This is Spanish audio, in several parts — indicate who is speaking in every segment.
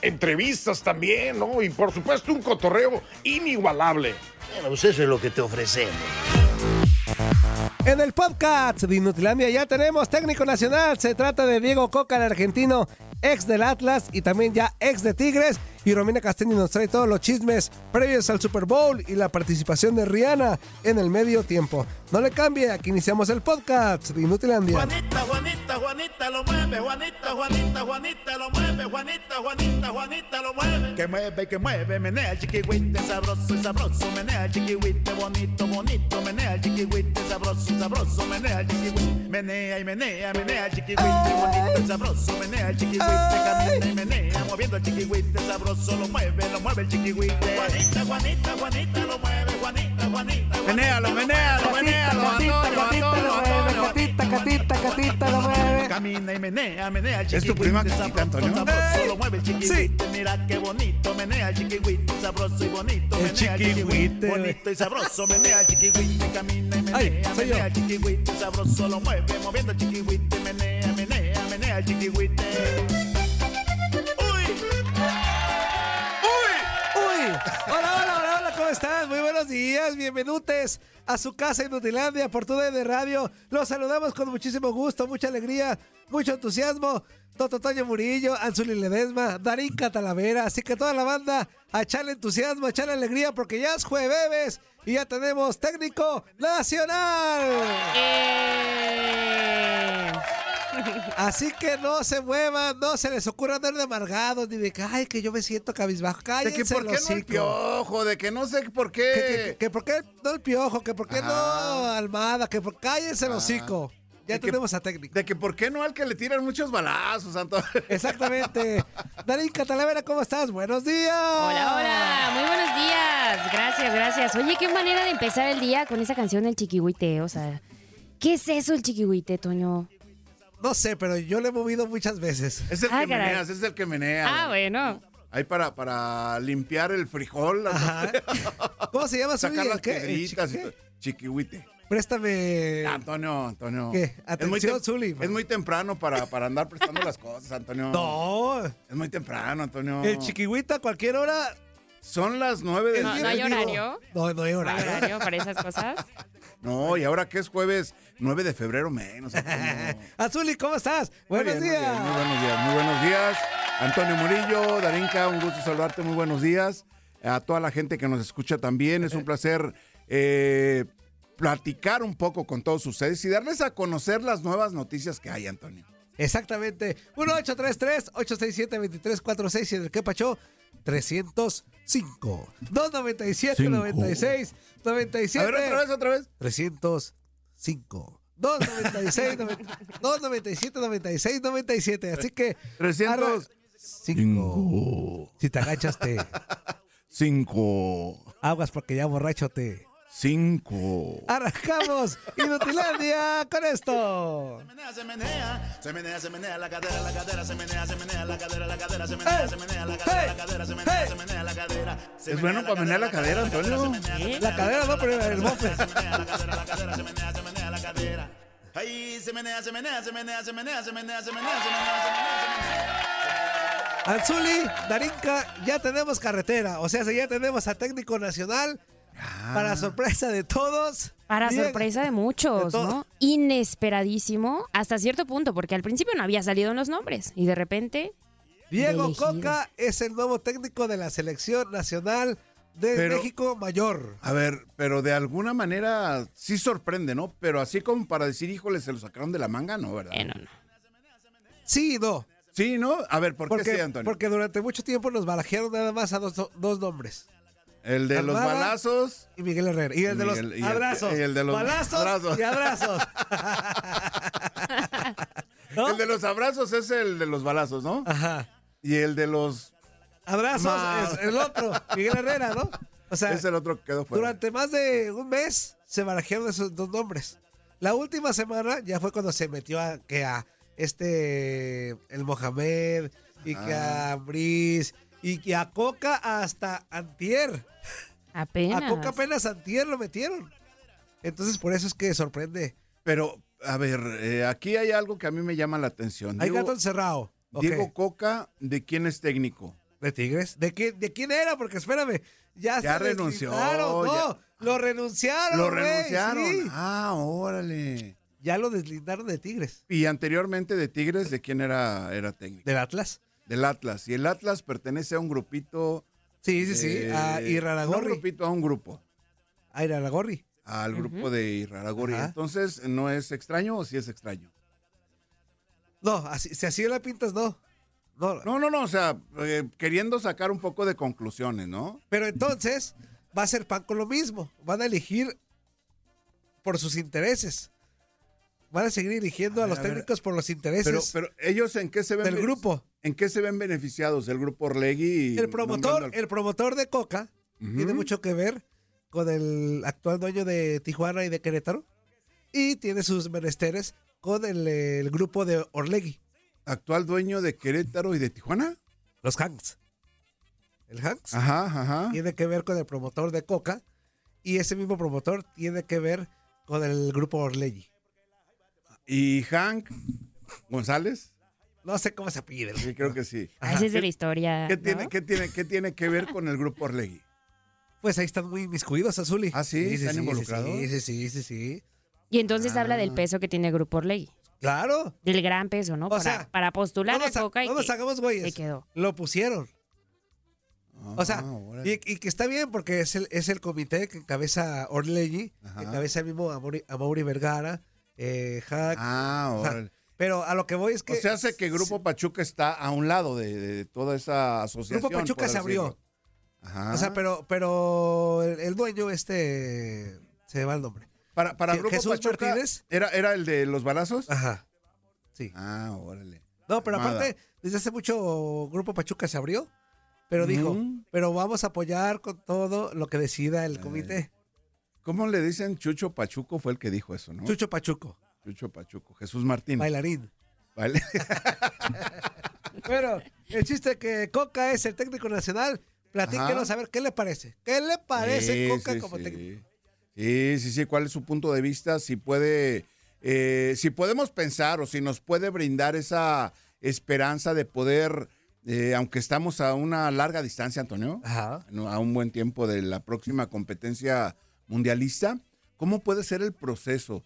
Speaker 1: Entrevistas también, ¿no? Y por supuesto un cotorreo inigualable.
Speaker 2: Bueno, pues eso es lo que te ofrecemos.
Speaker 3: En el podcast de Inutilandia ya tenemos técnico nacional. Se trata de Diego Coca, el argentino, ex del Atlas y también ya ex de Tigres. Y Romina Castaño nos trae todos los chismes previos al Super Bowl y la participación de Rihanna en el medio tiempo. No le cambie, aquí iniciamos el podcast de Inutilandia.
Speaker 4: Juanita, Juanita, Juanita lo mueve, Juanita, Juanita, Juanita lo mueve, Juanita, Juanita, Juanita lo mueve. Que mueve, que mueve, menea el chiquihuite, sabroso, sabroso, menea el chiquihuite, bonito, bonito, menea el chiquihuite, sabroso, sabroso, menea el chiquihuite. Menea y menea, menea el chiquihuite, bonito, sabroso, menea el chiquihuite, camina y menea, moviendo el chiquihuite, sabroso, lo mueve, lo mueve el chiquihuite. Juanita, Juanita, Juanita lo mueve, Juanita, Juanita. Menéalo, menéalo, menéalo, Antonio, Antonio, Antonio. Catita, catita, catita lo mueve. Camina y menea, menea el chiquihuite.
Speaker 5: tu prima Catita,
Speaker 4: sabroso,
Speaker 5: Antonio?
Speaker 4: sabroso,
Speaker 3: ¡Ey!
Speaker 4: lo mueve el
Speaker 3: Sí.
Speaker 4: chiquihuite. Mira qué bonito, menea el chiquihuite, sabroso y bonito.
Speaker 5: El
Speaker 4: menea
Speaker 5: chiquihuite.
Speaker 4: Bonito y sabroso, menea el chiquihuite. Camina y menea,
Speaker 3: Ay, soy yo.
Speaker 4: menea el chiquihuite, sabroso lo mueve. Moviendo el chiquihuite, menea, menea, menea el chiquihuite. Uy, uy.
Speaker 3: Uy, hola, hola, hola, hola, ¿cómo estás? Muy buenos días, bienvenutes a su casa en Nutilandia por tu de radio. Los saludamos con muchísimo gusto, mucha alegría, mucho entusiasmo. Toto Toño Murillo, Anzuli Ledesma, Darín Catalavera, así que toda la banda a echarle entusiasmo, a echarle alegría porque ya es jueves y ya tenemos técnico nacional.
Speaker 6: ¡Eh!
Speaker 3: Así que no se muevan, no se les ocurra andar de amargados ni de que, ay, que yo me siento cabizbajo.
Speaker 5: De
Speaker 3: Cállense
Speaker 5: que por
Speaker 3: el
Speaker 5: qué no el
Speaker 3: hocico.
Speaker 5: piojo, de que no sé por qué.
Speaker 3: que, que- que- que por qué no el piojo, que por qué no
Speaker 5: Ah.
Speaker 3: Almada, que por cállense el
Speaker 5: Ah.
Speaker 3: hocico. Ya
Speaker 5: De que-
Speaker 3: tenemos a técnico.
Speaker 5: De que por qué no al que le tiran muchos balazos, Antonio.
Speaker 3: Exactamente. Darín Catalavera, ¿cómo estás? Buenos días.
Speaker 7: Hola, hola, muy buenos días. Gracias, gracias. Oye, qué manera de empezar el día con esa canción del chiquihuite. O sea, ¿qué es eso el chiquihuite, Toño?
Speaker 3: No sé, pero yo le he movido muchas veces.
Speaker 5: Es el
Speaker 7: Ah,
Speaker 5: que
Speaker 7: caray.
Speaker 5: meneas, es el que menea.
Speaker 7: Ah, bueno.
Speaker 5: Ahí para, para limpiar el frijol,
Speaker 3: Ajá. ¿Cómo se llama su
Speaker 5: sacar las
Speaker 3: ¿Qué?
Speaker 5: piedritas. y
Speaker 3: ¿Qué?
Speaker 5: todo. Chiquihuite.
Speaker 3: Préstame.
Speaker 5: Antonio, Antonio.
Speaker 3: ¿Qué?
Speaker 5: Es muy
Speaker 3: Atención,
Speaker 5: tem-
Speaker 3: Zuli.
Speaker 5: Es muy temprano para, para andar prestando las cosas, Antonio.
Speaker 3: No.
Speaker 5: Es muy temprano, Antonio.
Speaker 3: El chiquihuita a cualquier hora.
Speaker 5: Son las nueve de
Speaker 7: No,
Speaker 5: la
Speaker 7: no hay
Speaker 3: digo,
Speaker 7: horario.
Speaker 3: No, no hay
Speaker 7: ¿No hay
Speaker 3: horario.
Speaker 7: horario para esas cosas?
Speaker 5: No, y ahora que es jueves 9 de febrero menos. Antonio.
Speaker 3: Azuli, ¿cómo estás?
Speaker 5: Muy
Speaker 3: Buenos
Speaker 5: bien, muy
Speaker 3: días.
Speaker 5: bien, Muy, buenos días, muy buenos días. Antonio Murillo, Darinka, un gusto saludarte, muy buenos días. A toda la gente que nos escucha también, es un placer eh, platicar un poco con todos ustedes y darles a conocer las nuevas noticias que hay, Antonio.
Speaker 3: Exactamente. 1-833-867-2346 y en el que pachó 305. 297 96 97
Speaker 5: A ver, otra vez, otra vez.
Speaker 3: 305. 296 90 297 96 97. Así que 305. Si te agachas te
Speaker 5: Cinco.
Speaker 3: aguas porque ya borracho te.
Speaker 5: Cinco.
Speaker 3: Arrancamos Inutilandia con esto.
Speaker 4: Se menea, se menea, se menea la cadera, la cadera, se menea, se menea la cadera, la cadera, se menea, se menea la cadera, la cadera, se menea, se menea la cadera. Se
Speaker 5: Es
Speaker 4: menea
Speaker 5: bueno para menear la cadera, Antonio.
Speaker 3: La cadera no, pero el bofe.
Speaker 4: menea la cadera, la cadera, se menea, se menea la cadera. Ay, se menea, se menea, se menea, se menea, se menea, se menea, se menea, se menea, se menea.
Speaker 3: Anzuli, Darinka, ya tenemos carretera. O sea, ya tenemos a técnico nacional.
Speaker 5: Ah.
Speaker 3: Para sorpresa de todos.
Speaker 7: Para
Speaker 3: Diego-
Speaker 7: sorpresa de
Speaker 3: De
Speaker 7: muchos,
Speaker 3: todo.
Speaker 7: ¿no? Inesperadísimo hasta cierto punto, porque al principio no había salido en los nombres y de repente
Speaker 3: Diego
Speaker 7: elegido.
Speaker 3: Coca es el nuevo técnico de la selección nacional de
Speaker 5: Pero-
Speaker 3: México mayor.
Speaker 5: A ver, pero de alguna manera sí sorprende, ¿no? Pero así como para decir, híjole, se lo sacaron de la manga, ¿no? ¿Verdad?
Speaker 7: Eh, no, no.
Speaker 3: Sí, y no.
Speaker 5: Sí, ¿no? A ver, ¿por qué
Speaker 3: Porque,
Speaker 5: sí, Antonio?
Speaker 3: porque durante mucho tiempo nos balajearon nada más a dos, dos nombres.
Speaker 5: el de los
Speaker 3: Almada-
Speaker 5: balazos.
Speaker 3: Y Miguel Herrera. Y el de los
Speaker 5: Miguel- y el-
Speaker 3: abrazos.
Speaker 5: y el de los
Speaker 3: balazos
Speaker 5: abrazos.
Speaker 3: y abrazos. ¿No?
Speaker 5: El de los abrazos es el de los balazos, ¿no?
Speaker 3: Ajá.
Speaker 5: Y el de los...
Speaker 3: Abrazos
Speaker 5: Ma-
Speaker 3: es el otro. Miguel Herrera, ¿no? O sea,
Speaker 5: es el otro que quedó fuera.
Speaker 3: durante más de un mes se barajearon esos dos nombres. La última semana ya fue cuando se metió a que a este el Mohamed y que
Speaker 5: Ah.
Speaker 3: a Briz y que a Coca hasta Antier.
Speaker 7: Apenas.
Speaker 3: A Coca apenas Antier lo metieron. Entonces por eso es que sorprende.
Speaker 5: Pero, a ver, eh, aquí hay algo que a mí me llama la atención.
Speaker 3: Hay
Speaker 5: Diego-
Speaker 3: gato encerrado. Ok.
Speaker 5: Diego Coca, ¿de quién es técnico?
Speaker 3: ¿De Tigres? ¿De, qué, ¿De quién era? Porque espérame, ya,
Speaker 5: Ya
Speaker 3: se
Speaker 5: renunció,
Speaker 3: deslindaron, No,
Speaker 5: ya-
Speaker 3: lo renunciaron.
Speaker 5: Lo
Speaker 3: güey,
Speaker 5: renunciaron.
Speaker 3: sí.
Speaker 5: Ah, órale.
Speaker 3: Ya lo deslindaron de Tigres,
Speaker 5: Y anteriormente de Tigres, ¿de quién era, era técnico?
Speaker 3: del Atlas.
Speaker 5: Del Atlas. Y el Atlas pertenece a un grupito.
Speaker 3: Sí, sí, sí.
Speaker 5: eh,
Speaker 3: a
Speaker 5: no un
Speaker 3: Iraragorri.
Speaker 5: grupito, a un grupo.
Speaker 3: a Iraragorri.
Speaker 5: Al grupo de Iraragorri.
Speaker 3: Ajá.
Speaker 5: Entonces, ¿no es extraño o sí es extraño?
Speaker 3: No, así, si así la pintas, no. no.
Speaker 5: No, no, no. O sea, eh, queriendo sacar un poco de conclusiones, ¿no?
Speaker 3: Pero entonces va a ser pan con lo mismo. Van a elegir por sus intereses. Van a seguir eligiendo a,
Speaker 5: ver,
Speaker 3: los
Speaker 5: a ver.
Speaker 3: técnicos por los
Speaker 5: Pero,
Speaker 3: intereses
Speaker 5: pero ellos en qué se ven
Speaker 3: del
Speaker 5: bene-
Speaker 3: grupo.
Speaker 5: ¿En qué se ven beneficiados? El grupo Orlegui. y
Speaker 3: El promotor,
Speaker 5: nombrando al-
Speaker 3: el promotor de Coca
Speaker 5: Ujú.
Speaker 3: tiene mucho que ver con el actual dueño de Tijuana y de Querétaro. Y tiene sus menesteres con el, eh, el grupo de Orlegui,
Speaker 5: actual dueño de Querétaro y de Tijuana.
Speaker 3: los Hanks. El Hanks
Speaker 5: Ajá, ajá.
Speaker 3: tiene que ver con el promotor de Coca. Y ese mismo promotor tiene que ver con el grupo Orlegui.
Speaker 5: Y Hank González.
Speaker 3: No sé cómo se pide.
Speaker 5: Sí, creo que sí.
Speaker 7: Ah, ese es de la historia.
Speaker 5: ¿Qué
Speaker 7: ¿no?
Speaker 5: tiene, qué tiene, qué tiene que ver con el grupo Orlegui?
Speaker 3: Pues ahí están muy inmiscuidos, Azuli.
Speaker 5: Ah, sí, están involucrados.
Speaker 3: Sí, sí, sí, sí, sí.
Speaker 7: Y
Speaker 3: Ah.
Speaker 7: entonces habla del peso que tiene el Grupo Orlegui.
Speaker 3: Claro.
Speaker 7: Del gran peso, ¿no?
Speaker 3: O
Speaker 7: para,
Speaker 3: sea,
Speaker 7: para postular
Speaker 3: no
Speaker 7: a
Speaker 3: nos, ha-
Speaker 7: Coca y
Speaker 3: no nos
Speaker 7: que
Speaker 3: hagamos güeyes.
Speaker 7: se quedó.
Speaker 3: Lo pusieron. O sea,
Speaker 5: Ah, órale.
Speaker 3: y, y que está bien porque es el, es el comité que encabeza Orlegui,
Speaker 5: Ajá.
Speaker 3: que encabeza mismo a Mauri, a Mauri Vergara, eh, Hack.
Speaker 5: Ah,
Speaker 3: o sea,
Speaker 5: órale.
Speaker 3: pero a lo que voy es que.
Speaker 5: O sea, hace que Grupo Pachuca está a un lado de, de toda esa asociación.
Speaker 3: Grupo Pachuca
Speaker 5: por
Speaker 3: se
Speaker 5: así decirlo.
Speaker 3: abrió.
Speaker 5: Ajá.
Speaker 3: O sea, pero, pero el, el dueño, este. Se me va el nombre.
Speaker 5: para, para
Speaker 3: Je-
Speaker 5: Grupo
Speaker 3: Jesús
Speaker 5: Pachuca
Speaker 3: Martínez.
Speaker 5: Era, era el de los balazos.
Speaker 3: Ajá. Sí.
Speaker 5: Ah, órale.
Speaker 3: No, pero
Speaker 5: Armada.
Speaker 3: aparte, desde hace mucho Grupo Pachuca se abrió, pero dijo,
Speaker 5: Ujú.
Speaker 3: pero vamos a apoyar con todo lo que decida el
Speaker 5: Eh.
Speaker 3: comité.
Speaker 5: ¿Cómo le dicen Chucho Pachuco? Fue el que dijo eso, ¿no?
Speaker 3: Chucho Pachuco,
Speaker 5: Chucho Pachuco. Jesús Martínez.
Speaker 3: bailarín.
Speaker 5: Vale.
Speaker 3: Pero el chiste que Coca es el técnico nacional, platíquenos
Speaker 5: Ajá.
Speaker 3: a ver qué le parece. ¿Qué le parece
Speaker 5: Sí,
Speaker 3: Coca
Speaker 5: sí,
Speaker 3: como
Speaker 5: sí.
Speaker 3: técnico?
Speaker 5: Sí, sí, sí. ¿Cuál es su punto de vista? Si puede, eh, si podemos pensar o si nos puede brindar esa esperanza de poder, eh, aunque estamos a una larga distancia, Antonio,
Speaker 3: Ajá.
Speaker 5: no, a un buen tiempo de la próxima competencia mundialista, ¿cómo puede ser el proceso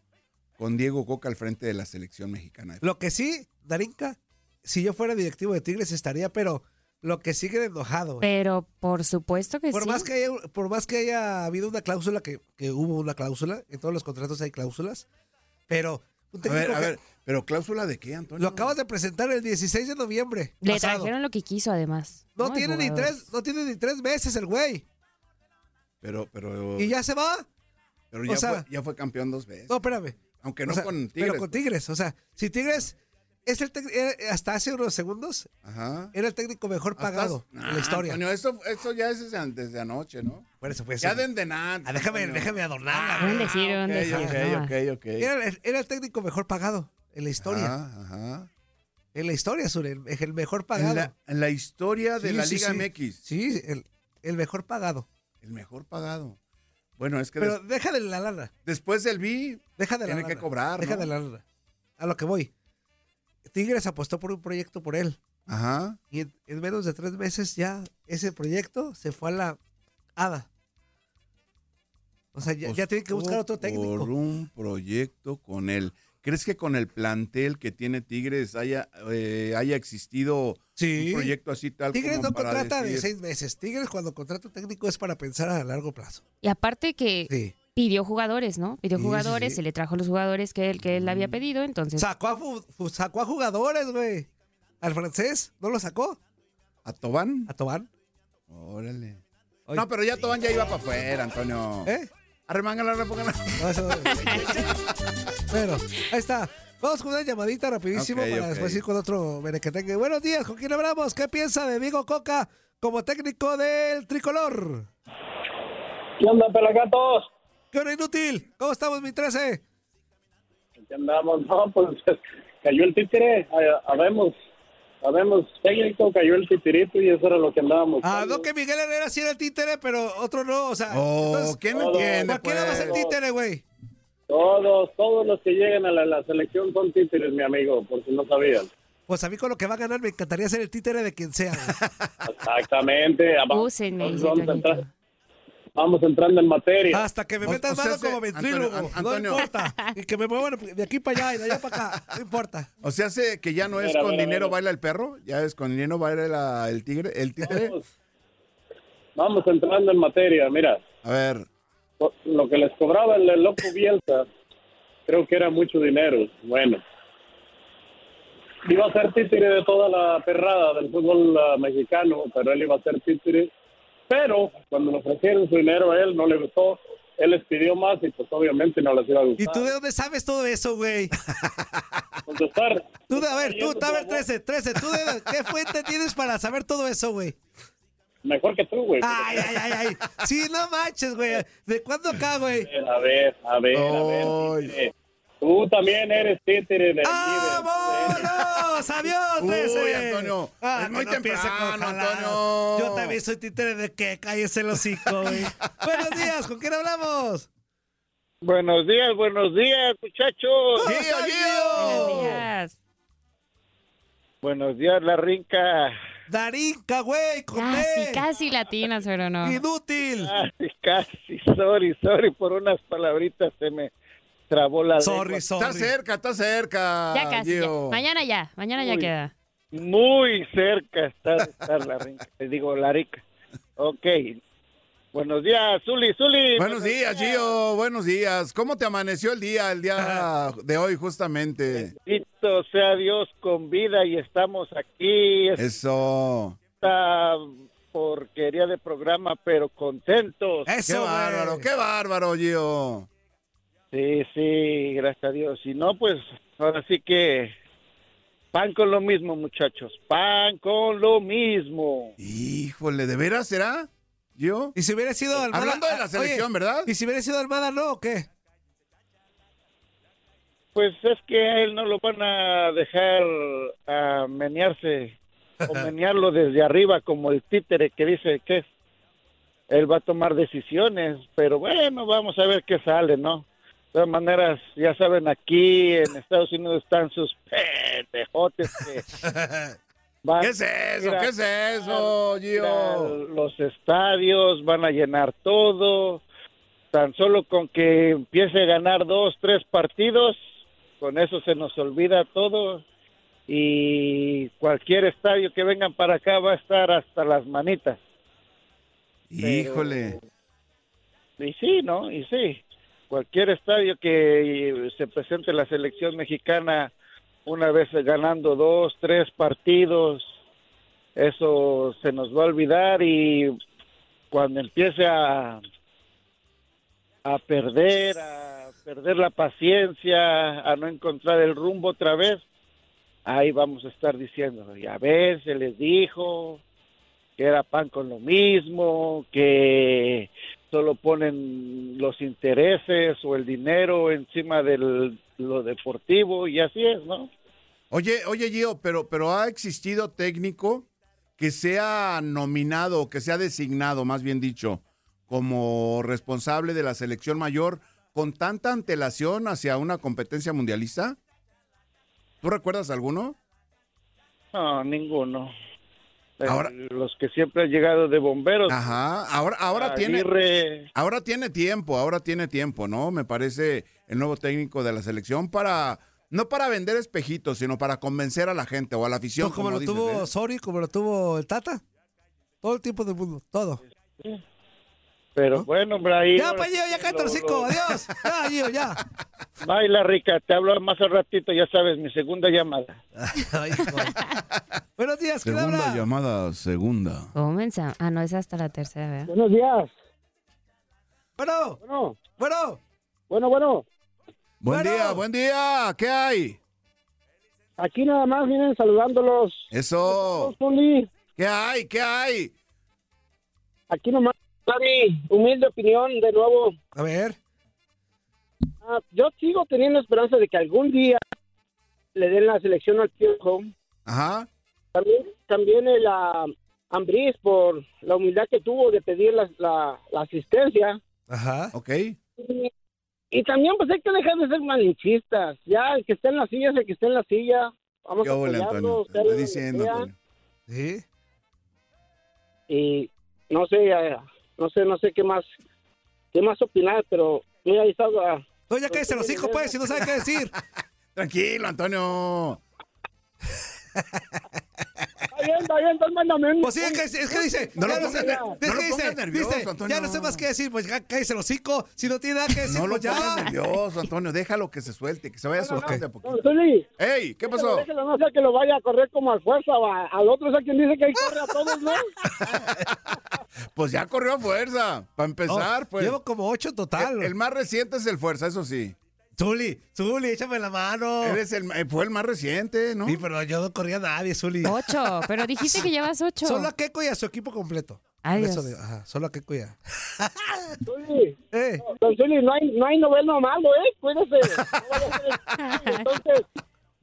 Speaker 5: con Diego Coca al frente de la selección mexicana?
Speaker 3: Lo que sí, Darinka, si yo fuera directivo de Tigres estaría, pero lo que sigue de enojado. güey.
Speaker 7: Pero por supuesto que
Speaker 3: Por
Speaker 7: Pues sí.
Speaker 3: más que haya, por más que haya habido una cláusula, que, que hubo una cláusula, en todos los contratos hay cláusulas, pero un
Speaker 5: A ver,
Speaker 3: técnico
Speaker 5: a
Speaker 3: que-
Speaker 5: ver, pero cláusula de qué, Antonio?
Speaker 3: Lo acabas de presentar el 16 de noviembre.
Speaker 7: Le
Speaker 3: pasado.
Speaker 7: trajeron lo que quiso, además.
Speaker 3: No
Speaker 7: El
Speaker 3: tiene ni
Speaker 7: jugador.
Speaker 3: tres, no tiene ni tres meses el güey.
Speaker 5: Pero, pero,
Speaker 3: Y ya se va.
Speaker 5: pero
Speaker 3: o
Speaker 5: ya,
Speaker 3: sea-
Speaker 5: fue, ya fue campeón dos veces.
Speaker 3: No, espérame.
Speaker 5: aunque no
Speaker 3: O sea,
Speaker 5: con Tigres. pues.
Speaker 3: Pero con Tigres. O sea, si Tigres es el tec- era- hasta hace unos segundos,
Speaker 5: Ajá.
Speaker 3: era el técnico mejor pagado
Speaker 5: Hasta-
Speaker 3: en
Speaker 5: Ah,
Speaker 3: la historia.
Speaker 5: Antonio, eso, eso ya es desde, an- desde anoche, ¿no?
Speaker 3: Por eso fue
Speaker 5: Ya
Speaker 3: así.
Speaker 5: de nada.
Speaker 3: Ah, déjame,
Speaker 5: Antonio.
Speaker 3: déjame adornarla.
Speaker 7: Un
Speaker 3: güey. Ah,
Speaker 7: decir, un decir.
Speaker 5: Ok,
Speaker 7: ¿no?
Speaker 5: ok, ok, ok.
Speaker 3: Era, el- era el técnico mejor pagado en la historia.
Speaker 5: Ajá, ajá.
Speaker 3: En la historia, Sur, el, el mejor pagado.
Speaker 5: Ah. En, la, en la historia de
Speaker 3: Sí,
Speaker 5: la
Speaker 3: sí,
Speaker 5: Liga
Speaker 3: sí.
Speaker 5: MX,
Speaker 3: Sí, el, el mejor pagado.
Speaker 5: el mejor pagado. Bueno, es que
Speaker 3: Pero
Speaker 5: des-
Speaker 3: deja de la lana.
Speaker 5: después del B,
Speaker 3: Deja de la
Speaker 5: Tiene que
Speaker 3: lana,
Speaker 5: cobrar,
Speaker 3: Deja
Speaker 5: ¿no?
Speaker 3: de la lana. A lo que voy. Tigres apostó por un proyecto por él.
Speaker 5: ajá,
Speaker 3: Y en, en menos de tres meses ya ese proyecto se fue a la hada. O sea, ya, ya tienen que buscar otro
Speaker 5: apostó Pues Por
Speaker 3: técnico.
Speaker 5: un proyecto con él. ¿Crees que con el plantel que tiene Tigres haya, eh, haya existido
Speaker 3: Sí.
Speaker 5: un proyecto así tal
Speaker 3: Tigres
Speaker 5: como
Speaker 3: no
Speaker 5: para
Speaker 3: contrata de
Speaker 5: decir-
Speaker 3: seis meses. Tigres cuando contrata técnico es para pensar a largo plazo.
Speaker 7: Y aparte que
Speaker 3: Sí.
Speaker 7: pidió jugadores, ¿no? Pidió
Speaker 3: Sí, sí,
Speaker 7: jugadores,
Speaker 3: sí.
Speaker 7: se le trajo los jugadores que él, que él había pedido, entonces...
Speaker 3: Sacó a, fu- fu- sacó a jugadores, güey. Al francés, ¿no lo sacó?
Speaker 5: ¿A Tobán?
Speaker 3: A Tobán.
Speaker 5: Órale.
Speaker 3: Oye,
Speaker 5: No, pero ya Tobán ya iba para afuera, Antonio.
Speaker 3: ¿Eh?
Speaker 5: Arremángala, repóngala.
Speaker 3: No, eso no. bueno, ahí está. Vamos con una llamadita rapidísimo
Speaker 5: Ok,
Speaker 3: para
Speaker 5: ok.
Speaker 3: después ir con otro merequetengue. Buenos días, ¿con quién hablamos? ¿Qué piensa de Diego Coca como técnico del tricolor?
Speaker 8: ¿Qué onda, pelagatos?
Speaker 3: ¡Qué hora inútil! ¿Cómo estamos, mi 13?
Speaker 8: Aquí andamos, no, pues cayó el títere, ah, habemos, habemos técnico, cayó el titirito y eso era lo que andábamos.
Speaker 3: Ah, no que Miguel Herrera sí era el títere, pero otro no, o sea...
Speaker 5: Oh,
Speaker 3: entonces,
Speaker 5: ¿quién
Speaker 8: no,
Speaker 5: entiende?
Speaker 3: cualquiera va a ser
Speaker 5: Pues?
Speaker 3: títere, güey.
Speaker 8: Todos, todos los que llegan a la, la selección son títeres, mi amigo, por si no sabían.
Speaker 3: Pues a mí con lo que va a ganar me encantaría ser el títere de quien sea. güey.
Speaker 8: Exactamente. ava-
Speaker 7: Úsenme, dice
Speaker 8: vamos,
Speaker 7: Toñito.
Speaker 8: entra- vamos entrando en materia.
Speaker 3: Hasta que me
Speaker 5: O-
Speaker 3: metan
Speaker 5: o sea,
Speaker 3: mano
Speaker 5: se-
Speaker 3: como ventrílogo.
Speaker 5: Antonio, An-
Speaker 3: No
Speaker 5: Antonio.
Speaker 3: importa. Y que me muevan de aquí para allá y de allá para acá. No importa.
Speaker 5: O sea, ¿hace que ya no es
Speaker 8: Mira,
Speaker 5: con
Speaker 8: mira,
Speaker 5: dinero
Speaker 8: mira.
Speaker 5: baila el perro, ya es con dinero baila la- el tigre, el tigre.
Speaker 8: Vamos, vamos entrando en materia. Mira,
Speaker 5: A ver,
Speaker 8: lo- lo que les cobraba el, el loco Bielsa, creo que era mucho dinero. Bueno. Iba a ser títere de toda la perrada del fútbol ah, mexicano, pero él iba a ser títere. Pero cuando le ofrecieron su dinero a él, no le gustó. Él les pidió más y pues obviamente no les iba a
Speaker 3: ¿Y
Speaker 8: gustar.
Speaker 3: tú de dónde sabes todo eso, güey?
Speaker 8: contestar.
Speaker 3: Tú, de- a ver, tú, a ver, 13, 13, tú de qué fuente tienes para saber todo eso, güey.
Speaker 8: Mejor que tú, güey.
Speaker 3: Ay, ay, ay, ay. Sí, no manches, güey. ¿De cuándo acá, güey?
Speaker 8: A ver, a ver, a ver.
Speaker 5: Ay.
Speaker 8: títere. Tú también eres títere de aquí. de-
Speaker 3: ¡Vámonos! ¡Adiós,
Speaker 5: Uy,
Speaker 3: 13!
Speaker 5: Antonio, es
Speaker 3: que
Speaker 5: muy
Speaker 3: empieces
Speaker 5: temprano,
Speaker 3: con jaladas.
Speaker 5: Antonio.
Speaker 3: Yo también soy títere de que cállese el hocico, güey. Buenos días, ¿con quién hablamos?
Speaker 8: Buenos días, buenos días, muchachos.
Speaker 3: ¿Cómo estás, Gio?
Speaker 7: Buenos días.
Speaker 8: Buenos días, la rinca.
Speaker 3: Darinka, güey, con
Speaker 7: Casi,
Speaker 3: D.
Speaker 7: casi latinas, pero no.
Speaker 3: Inútil.
Speaker 8: Casi, casi, sorry, sorry, por unas palabritas se me trabó la
Speaker 3: Sorry,
Speaker 5: está
Speaker 3: sorry.
Speaker 5: cerca, está cerca.
Speaker 3: Ah,
Speaker 7: Ya casi, ya.
Speaker 5: Gio.
Speaker 7: Mañana ya, mañana ya
Speaker 8: Uy.
Speaker 7: queda.
Speaker 8: lengua. Muy cerca está de estar la rinca. Te digo, la rica. Ok. Buenos días, Zuli, Zuli.
Speaker 5: Buenos días, Gio. Buenos días. ¿Cómo te amaneció el día, el día de hoy, justamente?
Speaker 8: Bendito sea Dios con vida y estamos aquí.
Speaker 5: Eso.
Speaker 8: Esta porquería de programa, pero contentos.
Speaker 5: Qué
Speaker 3: Eso,
Speaker 5: bárbaro,
Speaker 3: güey.
Speaker 5: qué bárbaro, Gio.
Speaker 8: Sí, sí, gracias a Dios. Si no, pues ahora sí que pan con lo mismo, muchachos. Pan con lo mismo.
Speaker 5: Híjole, ¿de veras será? ¿Gio?
Speaker 3: Y si hubiera sido Almada.
Speaker 5: Hablando de
Speaker 3: ah,
Speaker 5: la
Speaker 3: oye,
Speaker 5: selección, ¿verdad?
Speaker 3: Y si hubiera sido Almada, ¿no? ¿O qué?
Speaker 8: Pues es que a él no lo van a dejar a menearse o menearlo desde arriba como el títere que dice que es. Él va a tomar decisiones, pero bueno, vamos a ver qué sale, ¿no? De todas maneras, ya saben, aquí en Estados Unidos están sus pendejotes que van
Speaker 5: ¿Qué es eso?
Speaker 8: Mira,
Speaker 5: ¿Qué es eso,
Speaker 8: ir
Speaker 5: Gio?
Speaker 8: a los estadios, van a llenar todo. Tan solo con que empiece a ganar dos, tres partidos, con eso se nos olvida todo. Y cualquier estadio que vengan para acá va a estar hasta las manitas.
Speaker 5: Híjole.
Speaker 8: Y sí, ¿no? Y sí. Cualquier estadio que eh, se presente la selección mexicana una vez ganando dos, tres partidos, eso se nos va a olvidar y cuando empiece a, a perder, a perder la paciencia, a no encontrar el rumbo otra vez, ahí vamos a estar diciendo, ya ves, se les dijo que era pan con lo mismo, que solo ponen los intereses o el dinero encima de lo deportivo y así es, ¿no?
Speaker 5: Oye, oye, Gio, pero, pero ha existido técnico que sea nominado o que sea designado, más bien dicho, como responsable de la selección mayor con tanta antelación hacia una competencia mundialista. ¿Tú recuerdas alguno?
Speaker 8: No, ninguno. Eh,
Speaker 5: Ahora- Ah,
Speaker 8: los que siempre han llegado de bomberos.
Speaker 5: Ajá. Ahora, ahora tiene,
Speaker 8: Aguirre,
Speaker 5: ahora tiene tiempo, ahora tiene tiempo, ¿no? Me parece el nuevo técnico de la selección para No para vender espejitos, sino para convencer a la gente o a la afición.
Speaker 3: No, como, lo
Speaker 5: dices,
Speaker 3: tuvo
Speaker 5: ¿eh?
Speaker 3: Sorry, como lo tuvo el Tata. Todo el tiempo del mundo, todo.
Speaker 8: Pero bueno, hombre, ahí.
Speaker 3: ya,
Speaker 8: ahora
Speaker 3: pa, Gio, ya
Speaker 8: sí
Speaker 3: cállate
Speaker 8: lo-
Speaker 3: el hocico, adiós. Ya, Gio, ya.
Speaker 8: lo- Baila, rica, te hablo más al ratito, ya sabes, mi segunda llamada.
Speaker 3: Ay, hijo. Buenos días, ¿quién
Speaker 5: Segunda
Speaker 3: habla?
Speaker 5: llamada, segunda.
Speaker 7: Comenza. Ah, no, es hasta la tercera, ¿verdad?
Speaker 8: Buenos días.
Speaker 3: Bueno,
Speaker 8: Bueno,
Speaker 3: bueno.
Speaker 8: bueno, bueno.
Speaker 5: Buen
Speaker 3: Bueno.
Speaker 5: día, buen día. ¿Qué hay?
Speaker 8: Aquí nada más vienen saludándolos.
Speaker 5: Eso.
Speaker 8: Zuli.
Speaker 5: ¿Qué hay? ¿Qué hay?
Speaker 8: Aquí nomás, mi humilde opinión de nuevo.
Speaker 3: A ver.
Speaker 8: Ah, yo sigo teniendo esperanza de que algún día le den la selección al Piojo.
Speaker 5: Ajá.
Speaker 8: También, también el ah, Ambriz por la humildad que tuvo de pedir la, la- la asistencia.
Speaker 3: Ajá.
Speaker 5: Ok.
Speaker 8: Y también pues hay que dejar de ser malinchistas. Ya, el que está en la silla es el que está en la silla. Vamos
Speaker 5: ¿Qué
Speaker 8: a
Speaker 5: hubo,
Speaker 8: apoyarlo.
Speaker 5: Antonio?
Speaker 8: sea
Speaker 5: Te estoy
Speaker 8: lo que
Speaker 5: diciendo,
Speaker 8: sea.
Speaker 5: Antonio.
Speaker 3: Sí.
Speaker 8: Y no sé, ah, no sé, no sé qué más, qué más opinar, pero mira, ahí está... ah,
Speaker 3: No, ya cállese el hocico, pues, si no sabe qué decir.
Speaker 5: Tranquilo, Antonio.
Speaker 8: Está bien, está bien, entonces mándame un-
Speaker 3: Pues sí, es que, es que dice.
Speaker 5: No lo
Speaker 3: ya
Speaker 5: pongas
Speaker 3: sé-
Speaker 5: ner-
Speaker 3: es
Speaker 5: no
Speaker 3: que
Speaker 5: lo pongas
Speaker 3: dice,
Speaker 5: nervioso,
Speaker 3: dice, Ya
Speaker 5: Antonio.
Speaker 3: no sé más qué decir, pues ya cállese el hocico. Si no tiene nada que decir,
Speaker 5: No lo
Speaker 3: pues ya.
Speaker 5: pongas nervioso, Antonio. Déjalo que se suelte, que se vaya soltando de a
Speaker 8: Don
Speaker 5: poquito.
Speaker 8: Zuli,
Speaker 5: ¡Ey! ¿Qué pasó?
Speaker 8: Déjelo, no sea que lo vaya a correr como a fuerza, va. al otro es a quien dice que ahí corre a todos, ¿no?
Speaker 5: Pues ya corrió a fuerza. Para empezar,
Speaker 3: No,
Speaker 5: pues.
Speaker 3: Oh, Llevo como ocho en total.
Speaker 5: El, el más reciente es el fuerza, eso sí.
Speaker 3: Zuli, Zuli, échame la mano.
Speaker 5: Eres el, eh, fue el más reciente, ¿no?
Speaker 3: Sí, pero yo no corría a nadie, Zuli.
Speaker 7: Ocho. Pero dijiste que llevas ocho.
Speaker 3: Solo a Keiko y a su equipo completo.
Speaker 7: Adiós.
Speaker 3: Eso digo, ajá, solo a Keiko y a-
Speaker 8: Zuli,
Speaker 3: Eh,
Speaker 8: don Zuli, no hay, no hay noveno malo, ¿eh? Cuídese. No vaya a ser el- Entonces,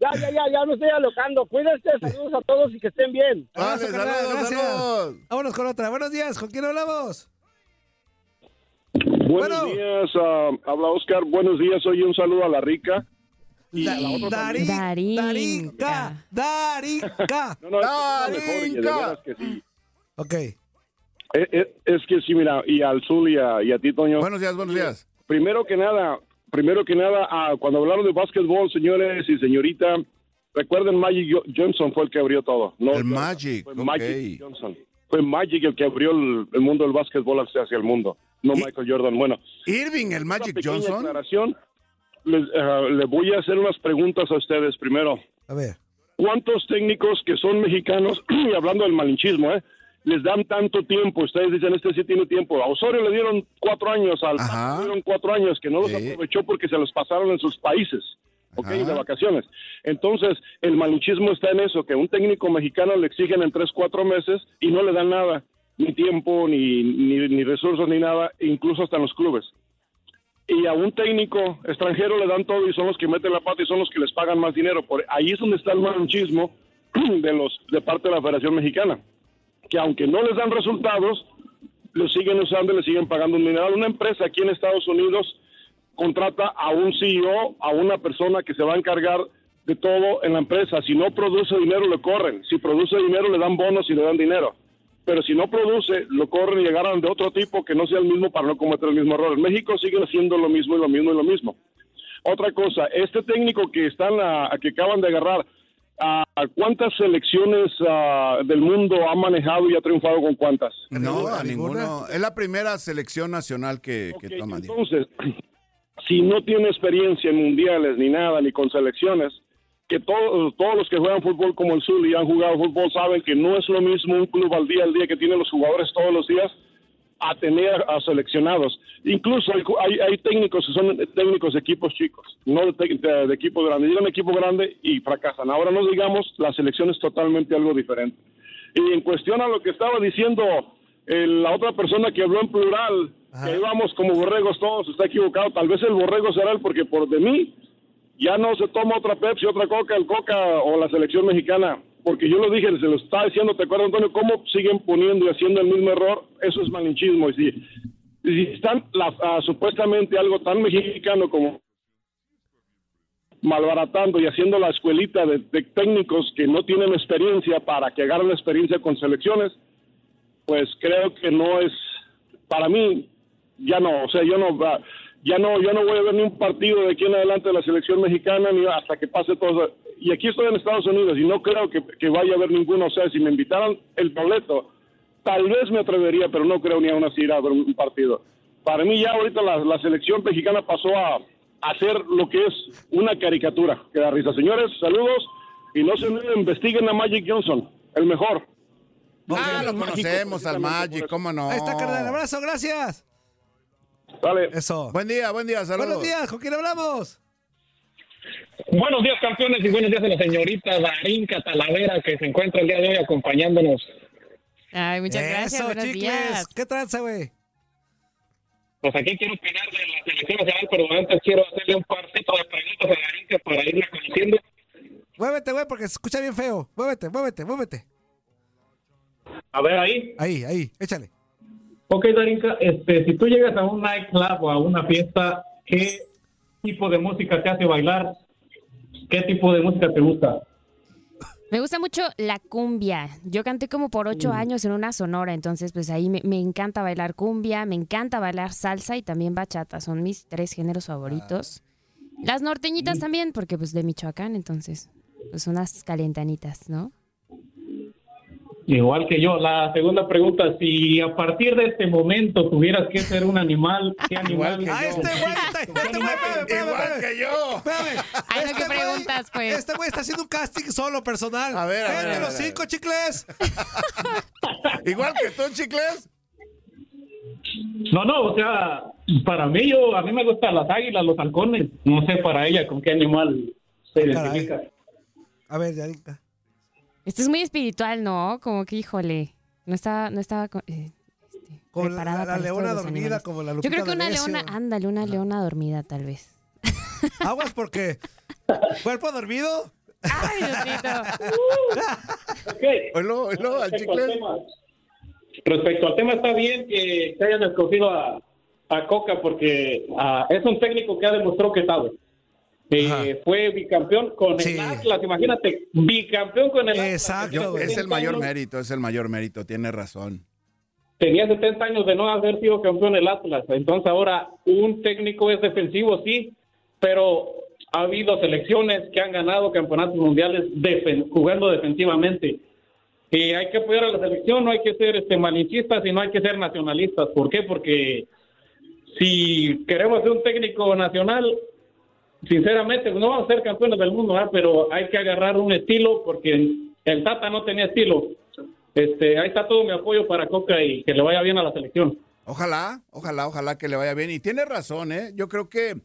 Speaker 8: ya, ya, ya, ya me estoy alocando. Cuídense, saludos a todos y que estén bien.
Speaker 5: Vale,
Speaker 3: abrazo, carnal,
Speaker 5: saludos,
Speaker 3: gracias.
Speaker 5: saludos.
Speaker 3: Vámonos con otra. Buenos días, ¿con quién hablamos?
Speaker 9: Buenos
Speaker 3: Bueno.
Speaker 9: días, ah, habla Oscar. Buenos días, oye, un saludo a la rica.
Speaker 3: Da- Dari- Darinka.
Speaker 7: Darinka.
Speaker 3: Darinka.
Speaker 9: No, no, es que es la mejor, oye, de
Speaker 5: Rica.
Speaker 9: veras que sí.
Speaker 3: Ok.
Speaker 9: Eh, eh, Es, que sí, mira, y al Zul y a, y a ti, Toño.
Speaker 5: Buenos días, buenos días.
Speaker 9: Primero que nada, primero que nada, ah, cuando hablaron de básquetbol, señores y señorita, recuerden Magic Jo- Johnson fue el que abrió todo. No,
Speaker 5: El
Speaker 9: Johnson,
Speaker 5: Magic,
Speaker 9: Fue
Speaker 5: ok.
Speaker 9: Magic Johnson. Fue Magic el que abrió el, el mundo del básquetbol hacia, hacia el mundo, no
Speaker 5: Y-
Speaker 9: Michael Jordan. Bueno,
Speaker 5: Irving, el Magic
Speaker 9: una pequeña
Speaker 5: Johnson.
Speaker 9: aclaración. Les, ah, les voy a hacer unas preguntas a ustedes primero.
Speaker 3: A ver.
Speaker 9: ¿Cuántos técnicos que son mexicanos, y hablando del malinchismo, eh, les dan tanto tiempo? Ustedes dicen, este sí tiene tiempo. A Osorio le dieron cuatro años, al
Speaker 5: Ajá.
Speaker 9: Pato le dieron cuatro años, que no los
Speaker 5: Sí.
Speaker 9: aprovechó porque se los pasaron en sus países, ¿ok?
Speaker 5: Ajá.
Speaker 9: De vacaciones. Entonces, el malinchismo está en eso, que a un técnico mexicano le exigen en tres, cuatro meses y no le dan nada, ni tiempo, ni, ni, ni recursos, ni nada, incluso hasta en los clubes. Y a un técnico extranjero le dan todo y son los que meten la pata y son los que les pagan más dinero. Por ahí es donde está el malinchismo de los de parte de la Federación Mexicana, que aunque no les dan resultados, los siguen usando y le siguen pagando un dineral. Una empresa aquí en Estados Unidos contrata a un CEO, a una persona que se va a encargar de todo en la empresa. Si no produce dinero, lo corren. Si produce dinero, le dan bonos y le dan dinero. Pero si no produce, lo corren y agarran de otro tipo que no sea el mismo para no cometer el mismo error. En México siguen haciendo lo mismo y lo mismo y lo mismo. Otra cosa, este técnico que están a, que acaban de agarrar, ¿a a cuántas selecciones ah, del mundo ha manejado y ha triunfado con cuántas?
Speaker 5: No, a
Speaker 3: ¿A ninguna?
Speaker 5: ninguno. Es la primera selección nacional que, que
Speaker 9: Ok,
Speaker 5: toma. Diego.
Speaker 9: Entonces, si no tiene experiencia en mundiales ni nada, ni con selecciones, que todos, todos los que juegan fútbol como el Zul y han jugado fútbol saben que no es lo mismo un club al día al día que tienen los jugadores todos los días a tener a seleccionados. Incluso hay, ju- hay- hay técnicos que son técnicos de equipos chicos, no de, tec- de- de equipo grande. Llegan a equipo grande y fracasan. Ahora no digamos, la selección es totalmente algo diferente. Y en cuestión a lo que estaba diciendo eh, la otra persona que habló en plural,
Speaker 3: Ajá.
Speaker 9: que íbamos como borregos todos, está equivocado. Tal vez el borrego será él, porque por de mí ya no se toma otra Pepsi, otra Coca, el Coca o la selección mexicana. Porque yo lo dije, se lo está diciendo, ¿te acuerdas, Antonio? ¿Cómo siguen poniendo y haciendo el mismo error? Eso es malinchismo. Y si, y si están la- ah, supuestamente algo tan mexicano como malbaratando y haciendo la escuelita de, de técnicos que no tienen experiencia para que agarren experiencia con selecciones, pues creo que no es, para mí, ya no, o sea, yo no, va- ya no, ya no voy a ver ni un partido de aquí en adelante de la selección mexicana ni hasta que pase todo. Y aquí estoy en Estados Unidos y no creo que, que vaya a haber ninguno. O sea, si me invitaran el boleto, tal vez me atrevería, pero no creo ni aún así ir a ver un un partido. Para mí ya ahorita la, la selección mexicana pasó a, a ser lo que es una caricatura. Que da risa. Señores, saludos y no se olviden, investiguen a Magic Johnson, el mejor.
Speaker 5: Ah, lo conocemos al Magic, cómo no.
Speaker 3: Ahí está, carnal. Abrazo, gracias.
Speaker 9: Dale.
Speaker 3: Eso.
Speaker 5: Buen día, buen día, saludos.
Speaker 3: Buenos días, ¿con quién hablamos?
Speaker 10: Buenos días, campeones, y buenos días a la señorita Darinka Talavera, que se encuentra el día de hoy acompañándonos.
Speaker 7: Ay, muchas gracias.
Speaker 3: Eso,
Speaker 7: buenos
Speaker 3: chicles.
Speaker 7: días.
Speaker 3: ¿Qué tranza, güey?
Speaker 10: Pues aquí quiero opinar de la selección nacional, pero antes quiero hacerle un parcito de preguntas a Darinka para irla conociendo.
Speaker 3: Muévete, güey, porque se escucha bien feo. Muévete, muévete, muévete.
Speaker 10: A ver, ahí.
Speaker 3: Ahí, ahí, échale.
Speaker 10: Ok, Darinka, este, si tú llegas a un nightclub o a una fiesta, ¿qué tipo de música te hace bailar? ¿Qué tipo de música te gusta?
Speaker 7: Me gusta mucho la cumbia. Yo canté como por ocho
Speaker 8: Mm.
Speaker 7: años en una sonora, entonces pues ahí me, me encanta bailar cumbia, me encanta bailar salsa y también bachata. Son mis tres géneros favoritos.
Speaker 3: Ah.
Speaker 7: Las norteñitas también, porque pues de Michoacán, entonces pues unas calentanitas, ¿no?
Speaker 10: Igual que yo. La segunda pregunta, si a partir de este momento tuvieras que ser un animal, ¿qué animal?
Speaker 5: que
Speaker 3: ¡Ah,
Speaker 5: yo.
Speaker 3: este güey! está- ¡Este güey! espérame, espérame,
Speaker 5: Igual
Speaker 3: espérame.
Speaker 5: que yo.
Speaker 3: Espérame.
Speaker 7: Ay, no,
Speaker 3: Este
Speaker 7: ¿qué
Speaker 3: güey-
Speaker 7: preguntas, pues?
Speaker 3: Este güey está haciendo un casting solo, personal.
Speaker 5: A ver, a ver,
Speaker 3: Cállate
Speaker 5: a ver,
Speaker 3: los
Speaker 5: a ver.
Speaker 3: cinco chicles!
Speaker 5: Igual que tú, chicles.
Speaker 10: No, no, o sea, para mí, yo, a mí me gustan las águilas, los halcones. No sé para ella con qué animal se
Speaker 3: caray.
Speaker 10: identifica.
Speaker 3: A ver, Yarinka.
Speaker 7: Esto es muy espiritual, ¿no? Como que, híjole, no estaba, no estaba co- eh, este,
Speaker 3: Como la,
Speaker 7: preparada
Speaker 3: la
Speaker 7: para esto de
Speaker 3: leona
Speaker 7: los
Speaker 3: dormida,
Speaker 7: animales.
Speaker 3: como la Lupita
Speaker 7: Yo creo que una
Speaker 3: D'Alessio.
Speaker 7: leona, ándale, una leona dormida tal vez.
Speaker 3: Aguas porque... ¿Cuerpo dormido?
Speaker 7: Ay, Diosito.
Speaker 10: Ok,
Speaker 5: Oilo, oilo, al
Speaker 10: Respecto al
Speaker 5: chicles.
Speaker 10: tema- Respecto al tema, está bien que se hayan escogido a, a Coca porque ah, es un técnico que ha demostrado que sabe. Eh,
Speaker 3: Ajá.
Speaker 10: fue bicampeón con
Speaker 3: Sí.
Speaker 10: el Atlas, imagínate, bicampeón con el
Speaker 3: Exacto,
Speaker 10: Atlas.
Speaker 3: güey.
Speaker 10: Tenía
Speaker 5: Es el
Speaker 10: 70
Speaker 5: mayor
Speaker 10: años-
Speaker 5: mérito, es el mayor mérito, tiene razón.
Speaker 10: Tenía 70 años de no haber sido campeón el Atlas, entonces ahora un técnico es defensivo, sí, pero ha habido selecciones que han ganado campeonatos mundiales defen- jugando defensivamente. Y hay que apoyar a la selección, no hay que ser este, malinchistas y no hay que ser nacionalistas. ¿Por qué? Porque si queremos ser un técnico nacional, sinceramente pues, no vamos a ser campeones del mundo, ¿verdad? pero hay que agarrar un estilo porque el Tata no tenía estilo. Este, ahí está todo mi apoyo para Coca y que le vaya bien a la selección.
Speaker 5: Ojalá, ojalá, ojalá que le vaya bien. Y tiene razón, ¿eh? Yo creo que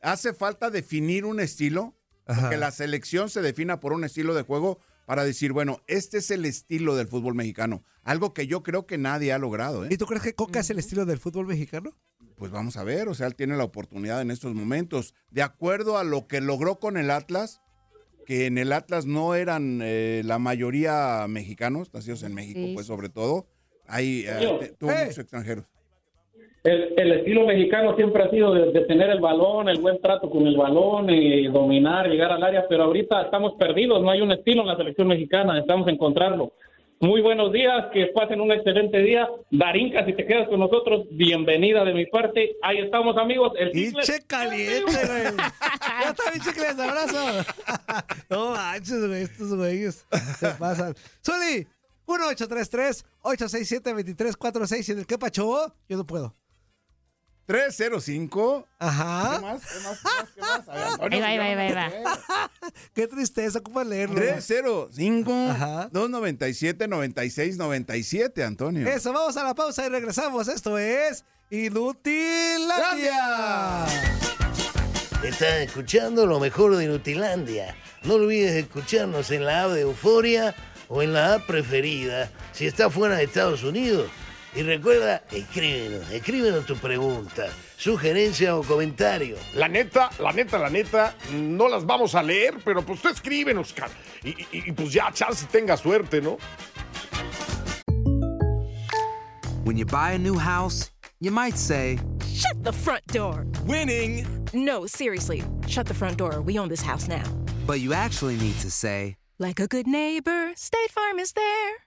Speaker 5: hace falta definir un estilo,
Speaker 3: Ajá.
Speaker 5: que la selección se defina por un estilo de juego para decir, bueno, este es el estilo del fútbol mexicano. Algo que yo creo que nadie ha logrado, ¿eh?
Speaker 3: ¿Y tú crees que Coca es el estilo del fútbol mexicano?
Speaker 5: pues vamos a ver, o sea, él tiene la oportunidad en estos momentos. De acuerdo a lo que logró con el Atlas, que en el Atlas no eran eh, la mayoría mexicanos, nacidos en México,
Speaker 7: Sí.
Speaker 5: pues sobre todo, ahí eh,
Speaker 10: Señor.
Speaker 5: te- tuvo
Speaker 3: ¡Eh!
Speaker 5: muchos extranjeros.
Speaker 10: El, el estilo mexicano siempre ha sido de, de tener el balón, el buen trato con el balón, eh, dominar, llegar al área, pero ahorita estamos perdidos, no hay un estilo en la selección mexicana, necesitamos encontrarlo. Muy buenos días, que pasen un excelente día. Darinka, si te quedas con nosotros, bienvenida de mi parte. Ahí estamos, amigos. El
Speaker 3: Y
Speaker 10: Chicles.
Speaker 3: che caliente, güey. Ya está bien, chicles, abrazo. No manches, güey, estos güeyes se pasan. Zuli, 1833-867-2346. ¿Y en el qué pacho? Yo no puedo.
Speaker 5: 305. ¿Qué
Speaker 3: Ajá.
Speaker 5: más? ¿Qué más? ¿Qué más? ¿Qué más? A ver, Antonio,
Speaker 7: Ahí va, ahí va, ahí va, ahí va.
Speaker 3: Qué tristeza, ocupa leerlo.
Speaker 5: 305
Speaker 3: Ajá.
Speaker 5: 297 96 97, Antonio.
Speaker 3: Eso, vamos a la pausa y regresamos. Esto es Inutilandia.
Speaker 2: Estás escuchando lo mejor de Nutilandia. No olvides escucharnos en la app de Euforia o en la app preferida si estás fuera de Estados Unidos. Y recuerda, escríbenos, escríbenos tu pregunta, sugerencia o comentario.
Speaker 1: La neta, la neta, la neta, no las vamos a leer, pero pues tú escríbenos, Oscar. Y, y- y pues ya, chance tenga suerte, ¿no?
Speaker 11: When you buy a new house, you might say,
Speaker 12: Shut the front door. Winning. No, seriously. Shut the front door. We own this house now.
Speaker 11: but you actually need to say,
Speaker 12: Like a good neighbor, State Farm is there.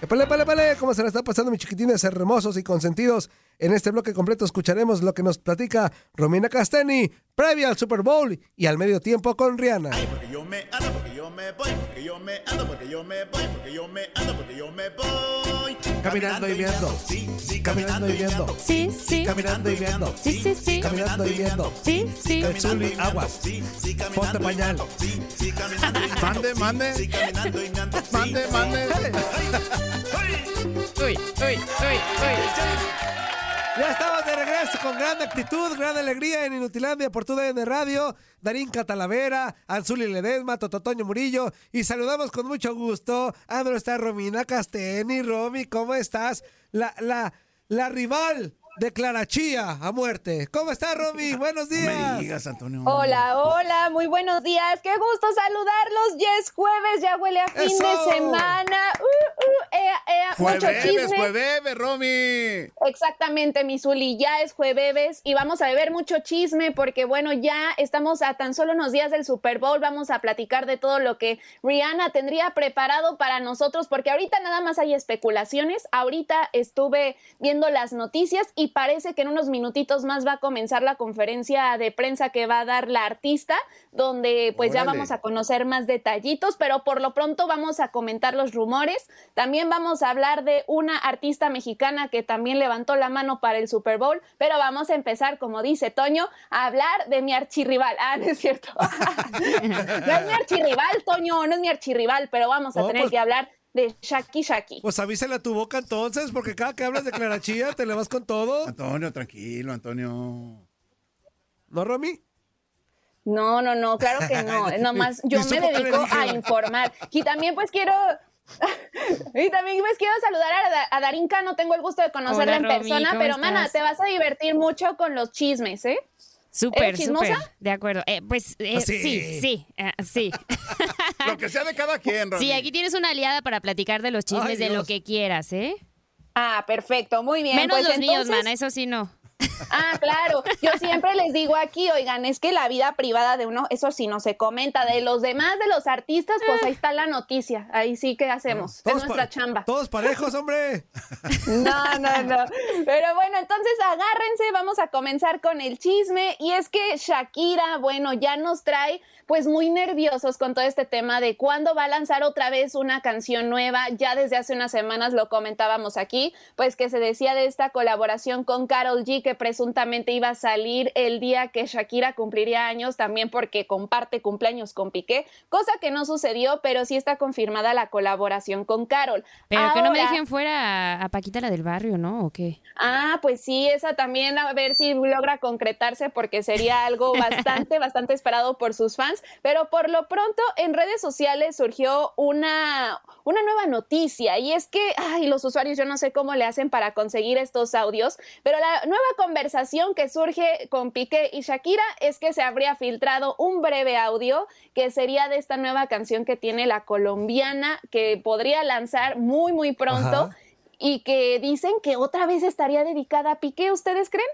Speaker 3: Epale, epale, epale, ¿cómo se la está pasando, mis chiquitines hermosos y consentidos? En este bloque completo escucharemos lo que nos platica Romina Casteni, previa al Super Bowl y al medio tiempo con Rihanna.
Speaker 4: Yo me ando porque yo me voy, porque yo me ando porque yo me voy, porque yo me ando porque yo me voy.
Speaker 3: Caminando y viendo, sí, sí, caminando y viendo,
Speaker 4: Sí, sí.
Speaker 3: caminando y viendo, sí, sí, sí, caminando y viendo, sí, sí, el Zuli, aguas, ponte pañal, mande, mande, mande, mande.
Speaker 7: Uy, uy, uy, uy.
Speaker 3: Ya estamos de regreso con gran actitud, gran alegría en Inutilandia por tu DN Radio. Darín Catalavera, Anzuli Ledesma, Tototoño Murillo. Y saludamos con mucho gusto a nuestra Romina Casteni. Romy, ¿cómo estás? La, la, la rival de Clarachía a muerte. ¿Cómo estás, Romy? Buenos días.
Speaker 5: Digas, Antonio.
Speaker 13: Hola, hola, muy buenos días. Qué gusto saludarlos. Ya es jueves, ya huele a fin
Speaker 5: ¡Eso!
Speaker 13: de semana. Uh, uh, ea, ea, mucho
Speaker 5: Jueves,
Speaker 13: chisme.
Speaker 5: jueves, Romy.
Speaker 13: Exactamente, mi Zuli, ya es jueves y vamos a beber mucho chisme porque bueno, ya estamos a tan solo unos días del Super Bowl, vamos a platicar de todo lo que Rihanna tendría preparado para nosotros porque ahorita nada más hay especulaciones, ahorita estuve viendo las noticias y parece que en unos minutitos más va a comenzar la conferencia de prensa que va a dar la artista, donde pues ya
Speaker 14: Órale.
Speaker 13: vamos a conocer más detallitos, pero por lo pronto vamos a comentar los rumores. También vamos a hablar de una artista mexicana que también levantó la mano para el Super Bowl, pero vamos a empezar, como dice Toño, a hablar de mi archirrival. Ah, no es cierto. no es mi archirrival, Toño, no es mi archirrival, pero vamos a
Speaker 3: No,
Speaker 13: tener
Speaker 3: pues-
Speaker 13: que hablar de Shaki Shaki.
Speaker 3: Pues avísale a tu boca entonces, porque cada que hablas de Clarachía te le vas con todo.
Speaker 5: Antonio, tranquilo, Antonio.
Speaker 3: ¿No, Romy?
Speaker 13: No, no, no, claro que no. Nomás yo
Speaker 5: Ni
Speaker 13: me
Speaker 5: supo qué le
Speaker 13: dedico
Speaker 5: dije.
Speaker 13: a informar. Y también pues quiero... y también pues quiero saludar a, Da- a Darinka, no tengo el gusto de
Speaker 7: Hola,
Speaker 13: conocerla en
Speaker 7: Romy,
Speaker 13: persona,
Speaker 7: ¿cómo
Speaker 13: pero mana,
Speaker 7: estás?
Speaker 13: te vas a divertir mucho con los chismes, ¿eh?
Speaker 7: Súper,
Speaker 13: ¿Eres chismosa?
Speaker 7: súper. De acuerdo. Eh, pues eh,
Speaker 13: Ah, sí.
Speaker 7: sí, sí, eh, sí.
Speaker 5: Lo que sea de cada quien, Romy.
Speaker 7: Sí, aquí tienes una aliada para platicar de los chismes
Speaker 5: Ay,
Speaker 7: de lo
Speaker 5: Dios.
Speaker 7: que quieras, ¿eh?
Speaker 13: Ah, perfecto, muy bien.
Speaker 7: Menos
Speaker 13: pues
Speaker 7: los míos,
Speaker 13: entonces-
Speaker 7: mana, eso sí no.
Speaker 13: Ah, claro. Yo siempre les digo aquí, oigan, es que la vida privada de uno, eso sí no se comenta. De los demás, de los artistas, pues
Speaker 7: Ah.
Speaker 13: ahí está la noticia. Ahí sí que hacemos. Es
Speaker 3: Todos
Speaker 13: nuestra
Speaker 3: pa-
Speaker 13: chamba.
Speaker 3: Todos parejos, hombre.
Speaker 13: No, no, no. Pero bueno, entonces agárrense, vamos a comenzar con el chisme. Y es que Shakira, bueno, ya nos trae pues muy nerviosos con todo este tema de cuándo va a lanzar otra vez una canción nueva. Ya desde hace unas semanas lo comentábamos aquí, pues que se decía de esta colaboración con Carol G que presuntamente iba a salir el día que Shakira cumpliría años, también porque comparte cumpleaños con Piqué, cosa que no sucedió, pero sí está confirmada la colaboración con Carol.
Speaker 7: Pero que no me
Speaker 13: Ahora-
Speaker 7: dejen fuera a, a Paquita la del barrio, ¿no? ¿O qué?
Speaker 13: Ah, pues sí, esa también a ver si logra concretarse porque sería algo bastante, bastante esperado por sus fans. Pero por lo pronto en redes sociales surgió una, una nueva noticia y es que, ay, los usuarios yo no sé cómo le hacen para conseguir estos audios, pero la nueva conversación que surge con Piqué y Shakira es que se habría filtrado un breve audio que sería de esta nueva canción que tiene la colombiana que podría lanzar muy, muy pronto
Speaker 3: Ajá.
Speaker 13: y que dicen que otra vez estaría dedicada a Piqué, ¿ustedes creen?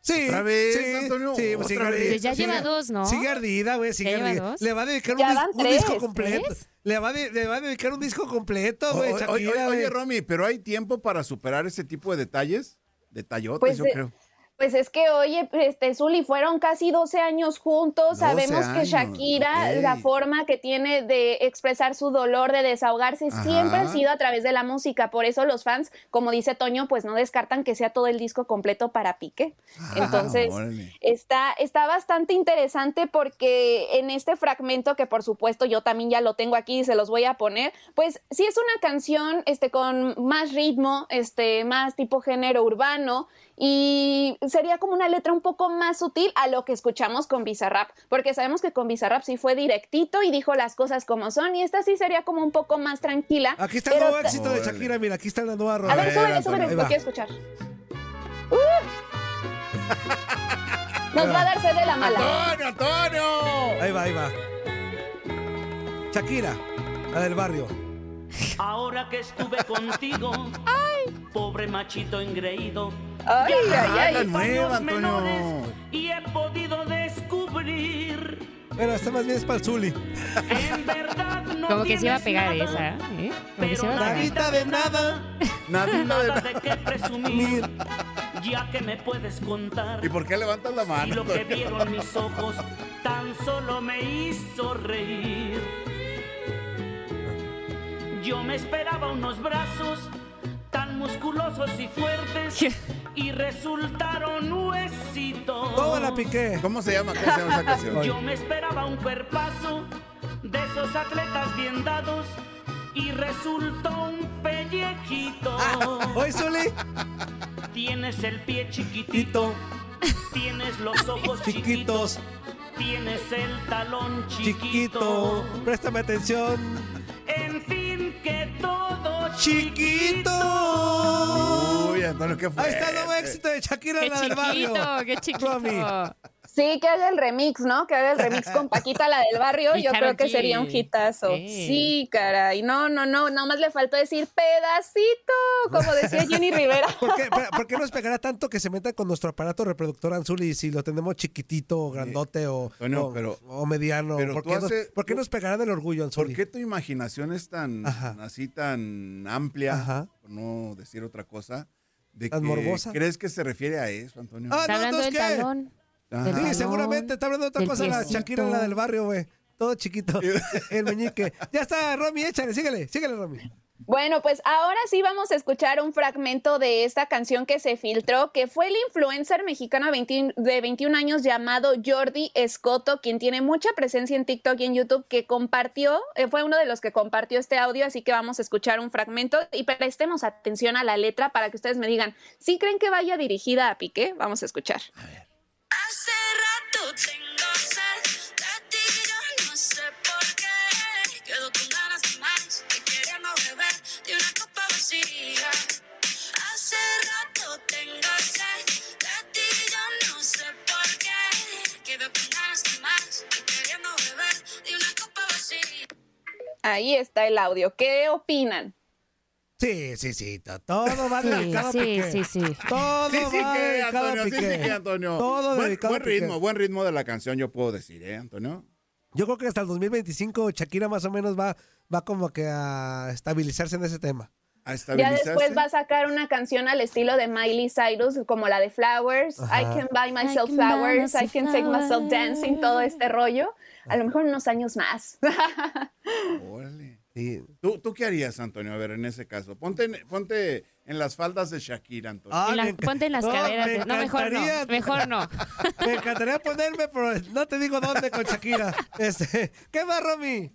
Speaker 3: Sí,
Speaker 5: ¿Otra vez,
Speaker 3: sí,
Speaker 5: Antonio?
Speaker 3: sí,
Speaker 5: ¿Otra
Speaker 3: pues sigue
Speaker 5: vez?
Speaker 3: ardida.
Speaker 5: Ya lleva
Speaker 3: Sigue-
Speaker 7: dos, ¿no?
Speaker 3: Sigue ardida, güey, sigue
Speaker 7: ¿Ya lleva
Speaker 3: ardida.
Speaker 7: dos?
Speaker 3: Le va a dedicar un,
Speaker 7: Ya
Speaker 3: dis-
Speaker 7: van
Speaker 3: un
Speaker 7: tres,
Speaker 3: disco completo.
Speaker 7: ¿tres?
Speaker 3: Le va, a de- le va a dedicar un disco completo,
Speaker 5: O-
Speaker 3: güey,
Speaker 5: o-
Speaker 3: Shakira.
Speaker 5: oye, oye,
Speaker 3: güey.
Speaker 5: Romy, pero hay tiempo para superar ese tipo de detalles. Detallotes,
Speaker 13: Pues,
Speaker 5: yo
Speaker 13: eh,
Speaker 5: creo.
Speaker 13: Pues es que, oye, este, Zully, fueron casi 12 años juntos.
Speaker 5: 12
Speaker 13: Sabemos que
Speaker 5: años,
Speaker 13: Shakira,
Speaker 5: ok.
Speaker 13: la forma que tiene de expresar su dolor, de desahogarse,
Speaker 5: Ajá.
Speaker 13: siempre ha sido a través de la música. Por eso los fans, como dice Toño, pues no descartan que sea todo el disco completo para Piqué. Entonces,
Speaker 5: Ah, órale.
Speaker 13: está, está bastante interesante porque en este fragmento, que por supuesto yo también ya lo tengo aquí y se los voy a poner, pues sí es una canción este, con más ritmo, este, más tipo género urbano y sería como una letra un poco más sutil a lo que escuchamos con Bizarrap, porque sabemos que con Bizarrap sí fue directito y dijo las cosas como son y esta sí sería como un poco más tranquila.
Speaker 3: Aquí está el
Speaker 13: pero
Speaker 3: nuevo
Speaker 13: ta-
Speaker 3: éxito de Shakira, mira, aquí está la nueva rola.
Speaker 13: A ver, súbele, súbele,
Speaker 3: Ahí
Speaker 13: lo
Speaker 3: va.
Speaker 13: quiero escuchar. ¡Uh! Nos va a darse de la mala.
Speaker 5: ¡Antonio, Antonio!
Speaker 3: Ahí va, ahí va. Shakira, la del barrio.
Speaker 15: Ahora que estuve contigo, pobre machito engreído,
Speaker 13: Ay,
Speaker 14: Ya
Speaker 13: ay, ay.
Speaker 14: hay
Speaker 3: nueva,
Speaker 14: paños
Speaker 3: Antonio.
Speaker 14: menores y he podido descubrir
Speaker 3: Bueno, esta más bien es para el Zuli.
Speaker 14: que en verdad no
Speaker 7: Como que se iba a
Speaker 14: tienes
Speaker 7: pegar
Speaker 14: nada,
Speaker 7: esa, ¿eh? Como que
Speaker 14: Pero
Speaker 7: se iba a pegar.
Speaker 14: nadita de nada,
Speaker 5: Nadita
Speaker 14: nada
Speaker 5: de
Speaker 14: de qué presumir, ya que me puedes contar
Speaker 5: ¿Y por qué levantas la
Speaker 14: si
Speaker 5: mano?
Speaker 14: lo que vieron mis ojos tan solo me hizo reír. Yo me esperaba unos brazos tan musculosos y fuertes y resultaron huesitos.
Speaker 3: Toda la piqué.
Speaker 5: ¿Cómo se llama? ¿Cómo se llama esa canción?
Speaker 14: Yo me esperaba un cuerpazo de esos atletas bien dados y resultó un pellejito.
Speaker 5: Ah,
Speaker 3: Oye, Zuli.
Speaker 14: Tienes el pie chiquitito, tienes los ojos
Speaker 3: Chiquitos.
Speaker 14: chiquitos, tienes el talón
Speaker 3: Chiquito.
Speaker 14: chiquito.
Speaker 3: Préstame atención.
Speaker 14: En fin, que todo
Speaker 3: Chiquito.
Speaker 5: Uy, Antonio, ¿qué fue?
Speaker 3: Ahí está el nuevo éxito de Shakira,
Speaker 7: Qué
Speaker 3: la del barrio.
Speaker 7: chiquito, qué chiquito.
Speaker 3: Romy.
Speaker 13: Sí, que haga el remix, ¿no? Que haga el remix con Paquita, la del barrio.
Speaker 7: Y
Speaker 13: Yo
Speaker 7: Karol
Speaker 13: creo que
Speaker 7: G.
Speaker 13: sería un hitazo.
Speaker 7: Sí.
Speaker 13: Sí, caray. No, no, no. Nada más le faltó decir pedacito, como decía Jenny Rivera.
Speaker 3: ¿Por qué, pero, ¿Por qué nos pegará tanto que se meta con nuestro aparato reproductor Anzuli si lo tenemos chiquitito, o grandote o,
Speaker 5: Bueno,
Speaker 3: o-
Speaker 5: pero-
Speaker 3: o mediano?
Speaker 5: pero
Speaker 3: ¿Por
Speaker 5: tú
Speaker 3: qué, nos,
Speaker 5: hace-
Speaker 3: por qué nos pegarán el orgullo,
Speaker 5: ¿Por
Speaker 3: Anzuli?
Speaker 5: qué tu imaginación es tan así tan amplia,
Speaker 3: Ajá.
Speaker 5: por no decir otra cosa, de
Speaker 3: Tan
Speaker 5: que
Speaker 3: morbosa.
Speaker 5: crees que se refiere a eso, Antonio?
Speaker 3: Ah,
Speaker 7: Está
Speaker 3: no,
Speaker 7: hablando del
Speaker 3: entonces, ¿qué?
Speaker 7: talón.
Speaker 5: Ah.
Speaker 7: del
Speaker 3: Sí,
Speaker 7: talón,
Speaker 3: seguramente está hablando de otra
Speaker 7: del
Speaker 3: cosa la
Speaker 7: piecito.
Speaker 3: Shakira, la del barrio, güey. Todo chiquito, el meñique. Ya está, Romy, échale, síguele, síguele, Romy.
Speaker 13: Bueno, pues ahora sí vamos a escuchar un fragmento de esta canción que se filtró, que fue el influencer mexicano 20 de 21 años llamado Jordi Escoto, quien tiene mucha presencia en TikTok y en YouTube, que compartió, eh, fue uno de los que compartió este audio, así que vamos a escuchar un fragmento y prestemos atención a la letra para que ustedes me digan, si creen que vaya dirigida a Piqué? Vamos a escuchar.
Speaker 14: Hace rato tengo sed de ti, yo no sé por qué. Quedo con ganas de más, de querer no beber de una copa vacía. Hace rato tengo sed de ti, yo no sé por qué. Quedo con ganas de más, de querer no beber de una copa vacía.
Speaker 13: Ahí está el audio. ¿Qué opinan?
Speaker 3: Sí, sí, sí, to- todo va
Speaker 7: Sí,
Speaker 3: dedicado
Speaker 7: sí,
Speaker 3: a Piqué.
Speaker 7: sí, sí.
Speaker 3: Todo
Speaker 5: Sí, sí
Speaker 3: va
Speaker 5: que,
Speaker 3: dedicado
Speaker 5: Antonio,
Speaker 3: a
Speaker 5: sí,
Speaker 3: Piqué.
Speaker 5: sí que, Antonio.
Speaker 3: Todo
Speaker 5: buen,
Speaker 3: dedicado
Speaker 5: buen
Speaker 3: a Piqué.
Speaker 5: ritmo, buen ritmo de la canción, yo puedo decir, ¿eh, Antonio?
Speaker 3: Yo creo que hasta el 2025 Shakira más o menos va, va como que a estabilizarse en ese tema.
Speaker 5: A
Speaker 13: Ya después va a sacar una canción al estilo de Miley Cyrus, como la de Flowers, I
Speaker 3: Ajá.
Speaker 13: can buy myself
Speaker 7: can buy
Speaker 13: flowers, I
Speaker 7: myself
Speaker 13: can take myself dancing, todo este rollo. A lo mejor unos años más.
Speaker 5: Órale. ¿Tú, tú qué harías, Antonio? A ver, en ese caso. Ponte en, ponte en las faldas de Shakira, Antonio.
Speaker 3: Ah,
Speaker 7: En la-
Speaker 3: me enca-
Speaker 7: ponte en las
Speaker 3: No, me
Speaker 7: caderas. eh. No, mejor no.
Speaker 3: encantaría-
Speaker 7: Mejor no.
Speaker 3: Me encantaría ponerme, pero no te digo dónde con Shakira. Este, ¿Qué más, Romy?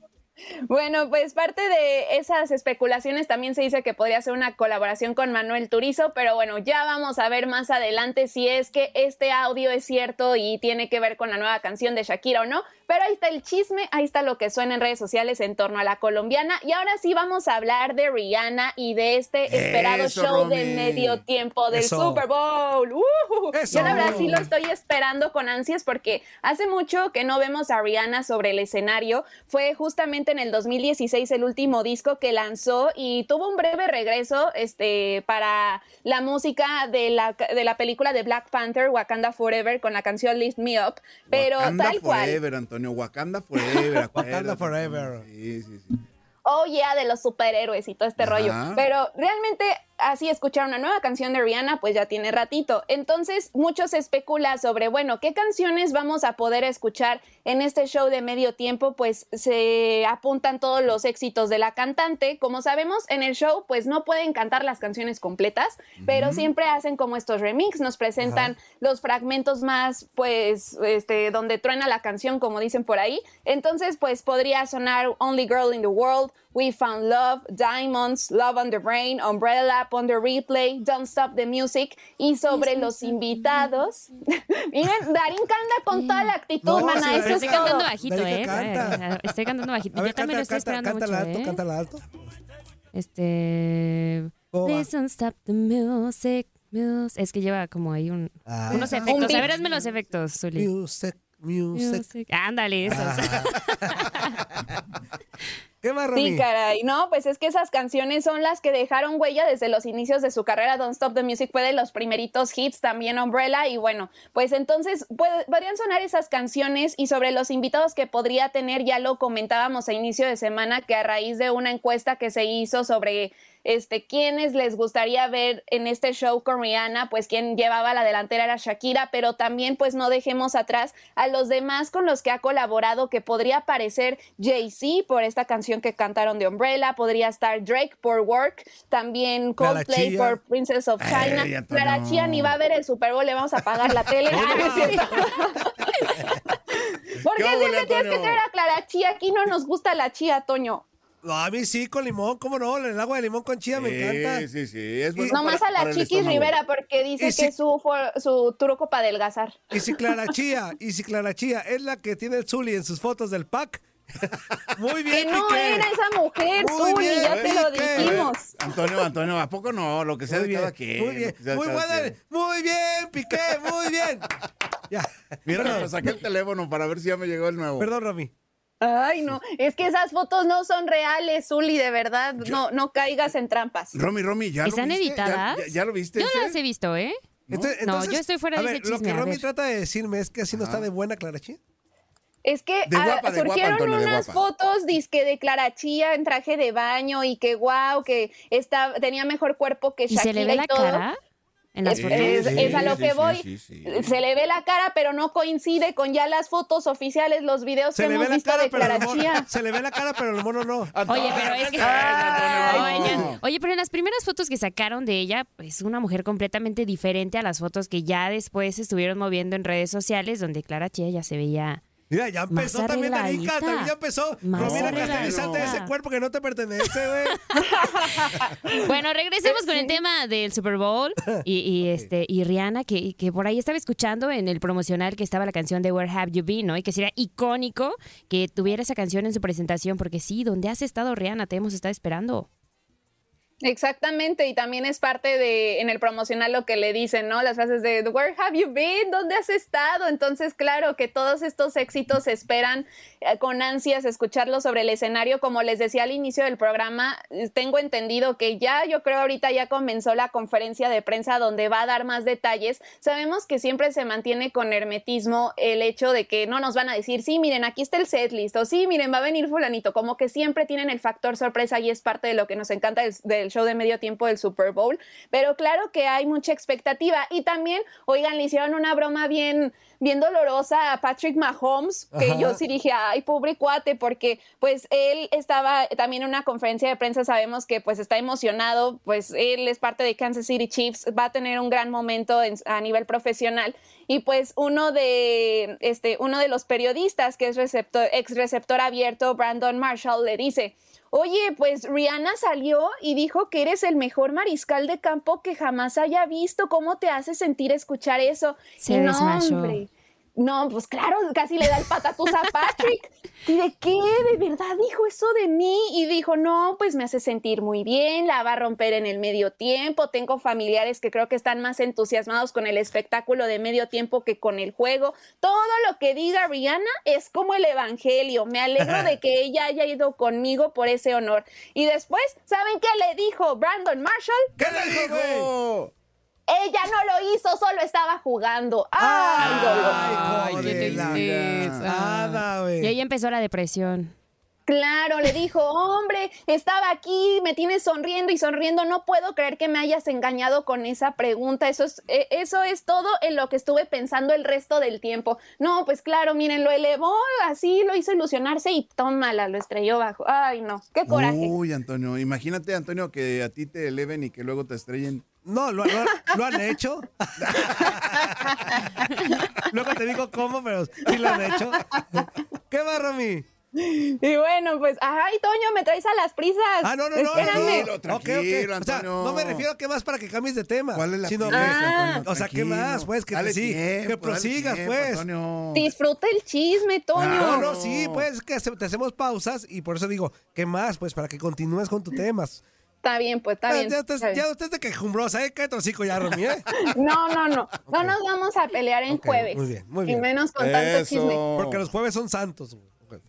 Speaker 13: bueno, pues parte de esas especulaciones también se dice que podría ser una colaboración con Manuel Turizo, pero bueno, ya vamos a ver más adelante si es que este audio es cierto y tiene que ver con la nueva canción de Shakira o no. Pero ahí está el chisme, ahí está lo que suena en redes sociales en torno a la colombiana. Y ahora sí vamos a hablar de Rihanna y de este esperado
Speaker 5: Eso,
Speaker 13: show de
Speaker 5: Romy.
Speaker 13: medio tiempo del
Speaker 5: Eso.
Speaker 13: Super Bowl. ¡Ujú!
Speaker 3: Eso.
Speaker 13: Yo la verdad sí lo estoy esperando con ansias porque hace mucho que no vemos a Rihanna sobre el escenario. Fue justamente en el 2016 el último disco que lanzó y tuvo un breve regreso este, para la música de la, de la película de Black Panther, Wakanda Forever, con la canción Lift Me Up. Pero
Speaker 5: Wakanda
Speaker 13: tal cual.
Speaker 5: Forever, Antonio. Wakanda Forever. acuérdate,
Speaker 3: Forever.
Speaker 5: Sí, sí, sí.
Speaker 13: oh yeah, de los superhéroes y todo este
Speaker 5: Ajá.
Speaker 13: rollo. Pero realmente así escuchar una nueva canción de Rihanna, pues ya tiene ratito. Entonces, muchos especula sobre, bueno, ¿qué canciones vamos a poder escuchar en este show de medio tiempo? Pues se apuntan todos los éxitos de la cantante. Como sabemos, en el show, pues no pueden cantar las canciones completas, pero siempre hacen como estos remix, nos presentan los fragmentos más, pues, este, donde truena la canción, como dicen por ahí. Entonces, pues podría sonar Only Girl in the World, We Found Love, Diamonds, Love on the Brain, Umbrella, Pon the Replay, Don't Stop the Music. Y sobre los invitados, miren, Darín anda con toda la actitud,
Speaker 3: No,
Speaker 13: mana,
Speaker 3: sí,
Speaker 13: eso es
Speaker 7: Estoy cantando
Speaker 13: todo.
Speaker 7: bajito,
Speaker 3: Dale que
Speaker 7: ¿eh?
Speaker 3: canta.
Speaker 7: Estoy cantando bajito.
Speaker 3: A ver,
Speaker 7: Yo también lo
Speaker 3: cántala,
Speaker 7: estoy
Speaker 3: cántala,
Speaker 7: esperando mucho,
Speaker 3: cántala alto,
Speaker 7: ¿eh?
Speaker 3: cántala alto.
Speaker 7: Este.
Speaker 3: ¿Cómo va?
Speaker 7: Please don't stop the music. music. Es que lleva como ahí un,
Speaker 3: Ah.
Speaker 7: unos
Speaker 13: Un
Speaker 7: efectos.
Speaker 13: beat.
Speaker 7: A ver, hazme los efectos, Zuli.
Speaker 3: Music, music.
Speaker 7: Music. Ándale, esos.
Speaker 3: Ah. ¿Qué más,
Speaker 13: Sí,
Speaker 3: Romy?
Speaker 13: caray, no, pues es que esas canciones son las que dejaron huella desde los inicios de su carrera. Don't Stop the Music fue de los primeritos hits, también Umbrella, y bueno, pues entonces puede- podrían sonar esas canciones y sobre los invitados que podría tener, ya lo comentábamos a inicio de semana, que a raíz de una encuesta que se hizo sobre este, quiénes les gustaría ver en este show con Rihanna, pues quien llevaba la delantera era Shakira, pero también pues no dejemos atrás a los demás con los que ha colaborado, que podría aparecer Jay-Z por esta canción que cantaron de Umbrella, podría estar Drake por Work, también
Speaker 14: Clara
Speaker 13: Coldplay
Speaker 14: Chía.
Speaker 13: por Princess of
Speaker 14: Eh,
Speaker 13: China,
Speaker 14: ya está,
Speaker 13: Clara
Speaker 14: no.
Speaker 13: Chía ni va a ver el Super Bowl, le vamos a apagar la tele. Ah, no es cierto. ¿Por
Speaker 3: ¿Qué
Speaker 13: qué
Speaker 3: hubo,
Speaker 13: siempre tienes que
Speaker 3: Antonio?
Speaker 13: traer a Clara Chía? Aquí no nos gusta la chía, Toño.
Speaker 3: No, a mí sí, con limón, ¿cómo no? El agua de limón con chía me encanta.
Speaker 5: Sí, sí, es
Speaker 3: bueno
Speaker 13: Nomás
Speaker 3: para-
Speaker 13: a
Speaker 3: para
Speaker 13: la
Speaker 3: el
Speaker 13: Chiquis
Speaker 3: estómago.
Speaker 13: Rivera porque dice
Speaker 3: Y
Speaker 13: que
Speaker 3: si-
Speaker 13: es su, for- su truco para adelgazar.
Speaker 3: Y si Clara Chía, y si Clara Chía es la que tiene el Zuli en sus fotos del pack. Muy
Speaker 13: Que
Speaker 3: bien,
Speaker 13: no
Speaker 3: Piqué.
Speaker 13: era esa mujer,
Speaker 3: Muy
Speaker 13: Zuli,
Speaker 3: bien,
Speaker 13: ya te lo
Speaker 3: Piqué.
Speaker 13: dijimos.
Speaker 5: Antonio, Antonio, ¿a poco no? Lo que sea de cada quien.
Speaker 3: Muy bien,
Speaker 5: lo que sea de
Speaker 3: muy
Speaker 5: cada
Speaker 3: buena,
Speaker 5: quien.
Speaker 3: muy bien, Piqué, muy bien.
Speaker 5: Mira, me saqué el teléfono para ver si ya me llegó el nuevo.
Speaker 3: Perdón, Romy.
Speaker 13: Ay, no, es que esas fotos no son reales, Zuli, de verdad, no, no caigas en trampas.
Speaker 5: Romy, Romy, ¿ya
Speaker 7: ¿Están
Speaker 5: lo viste? ¿Ya-
Speaker 7: editadas?
Speaker 5: ¿Ya, ya lo viste?
Speaker 7: Yo no
Speaker 5: ese?
Speaker 7: las he visto, ¿eh?
Speaker 3: Entonces-
Speaker 7: no,
Speaker 3: entonces,
Speaker 7: yo estoy fuera
Speaker 3: a
Speaker 7: de
Speaker 3: ver,
Speaker 7: ese chisme.
Speaker 3: Lo que
Speaker 7: a
Speaker 3: Romy
Speaker 7: ver.
Speaker 3: trata de decirme es que así no está de buena Clara Chía.
Speaker 13: Es que
Speaker 3: De
Speaker 13: ah,
Speaker 3: guapa, de guapa,
Speaker 13: surgieron
Speaker 3: Antonio, de
Speaker 13: unas
Speaker 3: guapa.
Speaker 13: fotos disque de Clara Chía en traje de baño y que guau, que está, tenía mejor cuerpo que
Speaker 7: ¿Y
Speaker 13: Shakira
Speaker 7: se le ve la
Speaker 13: todo.
Speaker 7: cara? En las
Speaker 13: es,
Speaker 7: fotos.
Speaker 13: es- es a lo
Speaker 7: Sí,
Speaker 13: que
Speaker 7: sí,
Speaker 13: voy.
Speaker 7: sí,
Speaker 13: Se le ve la cara, pero no coincide con ya las fotos oficiales, los videos
Speaker 3: Se le
Speaker 13: que
Speaker 3: ve
Speaker 13: hemos
Speaker 3: la
Speaker 13: visto
Speaker 3: cara,
Speaker 13: de
Speaker 3: pero
Speaker 13: Clara
Speaker 3: el mono,
Speaker 13: Chía.
Speaker 3: se le ve la cara, pero el mono no.
Speaker 7: Oye, pero es que.
Speaker 3: Ay,
Speaker 7: Oigan,
Speaker 3: no.
Speaker 7: Oye, pero en las primeras fotos que sacaron de ella, es una mujer completamente diferente a las fotos que ya después se estuvieron moviendo en redes sociales, donde Clara Chía ya se veía.
Speaker 3: Mira, ya empezó
Speaker 7: Más
Speaker 3: también Danica,
Speaker 7: arregladita.
Speaker 3: también ya empezó.
Speaker 7: Más
Speaker 3: Romina
Speaker 7: arregladita.
Speaker 3: Castellizante, ese cuerpo que no te pertenece, güey.
Speaker 7: Bueno, regresemos con el tema del Super Bowl y, y, este y Rihanna que, que por ahí estaba escuchando en el promocional que estaba la canción de Where Have You Been, ¿no? Y que sería icónico que tuviera esa canción en su presentación porque sí, ¿dónde has estado Rihanna? Te hemos estado esperando.
Speaker 13: Exactamente, y también es parte de en el promocional lo que le dicen, ¿no? Las frases de Where have you been? ¿Dónde has estado? Entonces, claro que todos estos éxitos se esperan eh, con ansias escucharlos sobre el escenario. Como les decía al inicio del programa, eh, tengo entendido que ya, yo creo ahorita ya comenzó la conferencia de prensa donde va a dar más detalles. Sabemos que siempre se mantiene con hermetismo el hecho de que no nos van a decir, sí, miren, aquí está el set listo, sí, miren, va a venir fulanito, como que siempre tienen el factor sorpresa y es parte de lo que nos encanta del, del show de medio tiempo del Super Bowl, pero claro que hay mucha expectativa y también, oigan, le hicieron una broma bien, bien dolorosa a Patrick Mahomes, que
Speaker 14: Ajá.
Speaker 13: yo sí dije, ay, pobre cuate, porque pues él estaba también en una conferencia de prensa, sabemos que pues está emocionado, pues él es parte de Kansas City Chiefs, va a tener un gran momento en- a nivel profesional y pues uno de, este, uno de los periodistas que es receptor, ex receptor abierto, Brandon Marshall, le dice, Oye, pues Rihanna salió y dijo que eres el mejor mariscal de campo que jamás haya visto. ¿Cómo te hace sentir escuchar eso?
Speaker 7: Se
Speaker 13: Y no,
Speaker 7: desmayó.
Speaker 13: hombre. No, pues claro, casi le da el patatús a Patrick. ¿Y de qué? ¿De verdad dijo eso de mí? Y dijo, no, pues me hace sentir muy bien, la va a romper en el medio tiempo. Tengo familiares que creo que están más entusiasmados con el espectáculo de medio tiempo que con el juego. Todo lo que diga Rihanna es como el evangelio. Me alegro de que ella haya ido conmigo por ese honor. Y después, ¿saben qué le dijo Brandon Marshall? ¿Qué le dijo? Ella no lo hizo, solo estaba jugando. ¡Ay, dolor!
Speaker 7: Ay, qué tristeza. Y ahí empezó la depresión.
Speaker 13: Claro, le dijo, hombre, estaba aquí, me tienes sonriendo y sonriendo, no puedo creer que me hayas engañado con esa pregunta, eso es, eh, eso es todo en lo que estuve pensando el resto del tiempo. No, pues claro, miren, lo elevó, así lo hizo ilusionarse y tómala, lo estrelló bajo. Ay, no, qué coraje.
Speaker 5: Uy, Antonio, imagínate, Antonio, que a ti te eleven y que luego te estrellen.
Speaker 3: No, lo, lo- lo han hecho. Luego te digo cómo, pero sí lo han Uh, hecho. ¿Qué va, Romy?
Speaker 13: Y bueno, pues, ay, Toño, me traes a las prisas.
Speaker 3: Ah, no, no, no.
Speaker 13: Espérame.
Speaker 3: no. Ok, ok. O sea, no me refiero a qué más para que cambies de tema. ¿Cuál es la sino
Speaker 13: prisa,
Speaker 3: que-
Speaker 13: Antonio?
Speaker 3: O sea, ¿qué
Speaker 5: Tranquilo.
Speaker 3: más? Pues que
Speaker 5: Dale
Speaker 3: te sí,
Speaker 5: tiempo,
Speaker 3: que
Speaker 5: dale
Speaker 3: prosigas,
Speaker 5: tiempo,
Speaker 3: pues.
Speaker 13: Disfruta el chisme, Toño.
Speaker 3: No, no, sí, pues que hace- te hacemos pausas y por eso digo, ¿qué más? Pues para que continúes con tus temas.
Speaker 13: Está bien, pues,
Speaker 3: Ya-
Speaker 13: está bien.
Speaker 3: ya, estás,
Speaker 13: está bien.
Speaker 3: ya usted es de quejumbrosa, ¿eh? Cállate hocico ya, Romy, ¿eh?
Speaker 13: No, no, no. No nos vamos a pelear en jueves.
Speaker 3: Muy bien, muy bien.
Speaker 13: Y menos con tanto chisme.
Speaker 3: Porque los jueves son santos. güey.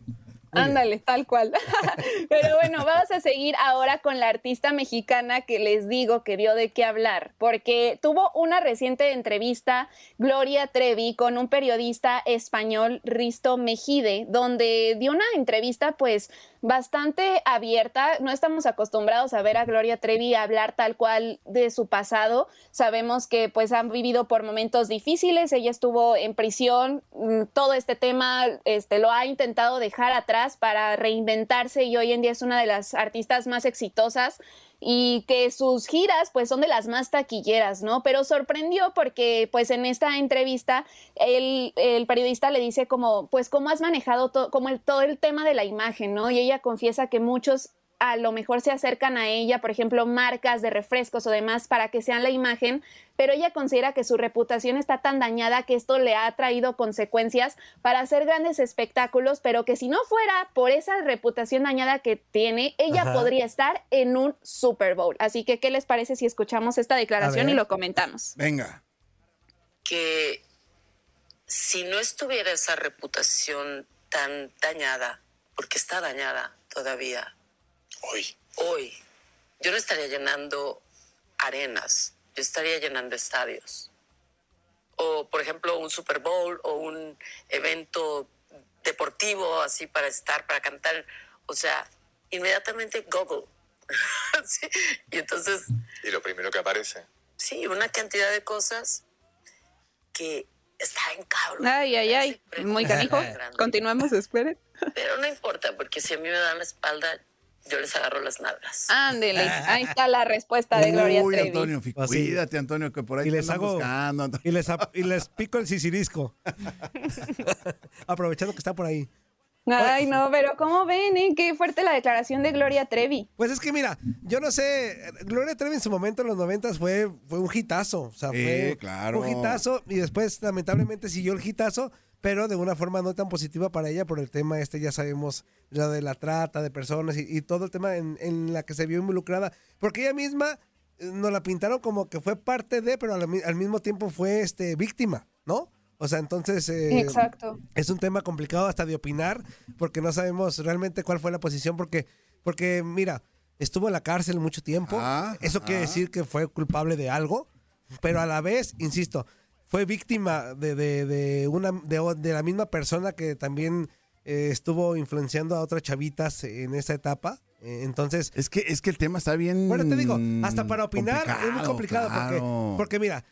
Speaker 13: Ándale, tal cual. Pero bueno, vamos a seguir ahora con la artista mexicana que les digo que dio de qué hablar, porque tuvo una reciente entrevista Gloria Trevi con un periodista español, Risto Mejide, donde dio una entrevista pues bastante abierta. No estamos acostumbrados a ver a Gloria Trevi hablar tal cual de su pasado. Sabemos que pues han vivido por momentos difíciles. Ella estuvo en prisión. Mm, Todo este tema este, lo ha intentado dejar atrás para reinventarse y hoy en día es una de las artistas más exitosas y que sus giras pues son de las más taquilleras, ¿no? Pero sorprendió porque pues en esta entrevista el, el periodista le dice como pues cómo has manejado to- como el, todo el tema de la imagen, ¿no? Y ella confiesa que muchos a lo mejor se acercan a ella, por ejemplo, marcas de refrescos o demás para que sean la imagen, pero ella considera que su reputación está tan dañada que esto le ha traído consecuencias para hacer grandes espectáculos, pero que si no fuera por esa reputación dañada que tiene, ella
Speaker 15: Ajá.
Speaker 13: podría estar en un Super Bowl. Así que, ¿qué les parece si escuchamos esta declaración y
Speaker 5: ver.
Speaker 13: lo comentamos?
Speaker 5: Venga.
Speaker 15: que si no estuviera esa reputación tan dañada, porque está dañada todavía. Hoy. Hoy. Yo no estaría llenando arenas, yo estaría llenando estadios. O, por ejemplo, un Super Bowl o un evento deportivo así para estar, para cantar. O sea, inmediatamente Google. Sí, Y entonces,
Speaker 16: Y lo primero que aparece.
Speaker 15: sí, una cantidad de cosas que está en cabrón.
Speaker 13: Ay, ay, ay, muy canijo. Continuamos, esperen.
Speaker 15: Pero no importa, porque si a mí me dan la espalda, yo les agarro las nalgas.
Speaker 13: Ándele, ahí está la respuesta de Gloria
Speaker 5: Uy,
Speaker 13: Trevi.
Speaker 5: Antonio, fi-
Speaker 3: Así.
Speaker 5: cuídate, Antonio, que por ahí
Speaker 3: Pues
Speaker 5: te
Speaker 3: Y les
Speaker 5: andan
Speaker 3: hago-
Speaker 5: buscando, Antonio.
Speaker 3: Y les, ap- y les pico el sisirisco. Aprovechando que está por ahí.
Speaker 13: Ay, no, pero ¿cómo ven? eh? Qué fuerte la declaración de Gloria Trevi.
Speaker 3: Pues es que mira, yo no sé, Gloria Trevi en su momento en los noventas fue, fue un hitazo. O sea, fue
Speaker 5: Sí, claro.
Speaker 3: un hitazo y después lamentablemente siguió el hitazo, pero de una forma no tan positiva para ella por el tema este, ya sabemos, lo de la trata de personas y, y todo el tema en, en la que se vio involucrada. Porque ella misma eh, nos la pintaron como que fue parte de, pero al, mi- al mismo tiempo fue este, víctima, ¿no? O sea, entonces... eh,
Speaker 13: Exacto.
Speaker 3: es un tema complicado hasta de opinar porque no sabemos realmente cuál fue la posición porque porque mira estuvo en la cárcel mucho tiempo eso quiere decir que fue culpable de algo pero a la vez insisto fue víctima de, de- de una de, o- de la misma persona que también eh, estuvo influenciando a otras chavitas en esa etapa Eh, entonces
Speaker 5: es que es que el tema está bien
Speaker 3: bueno te digo hasta para opinar es muy
Speaker 5: Mm, complicado,
Speaker 3: complicado porque-
Speaker 5: claro.
Speaker 3: porque mira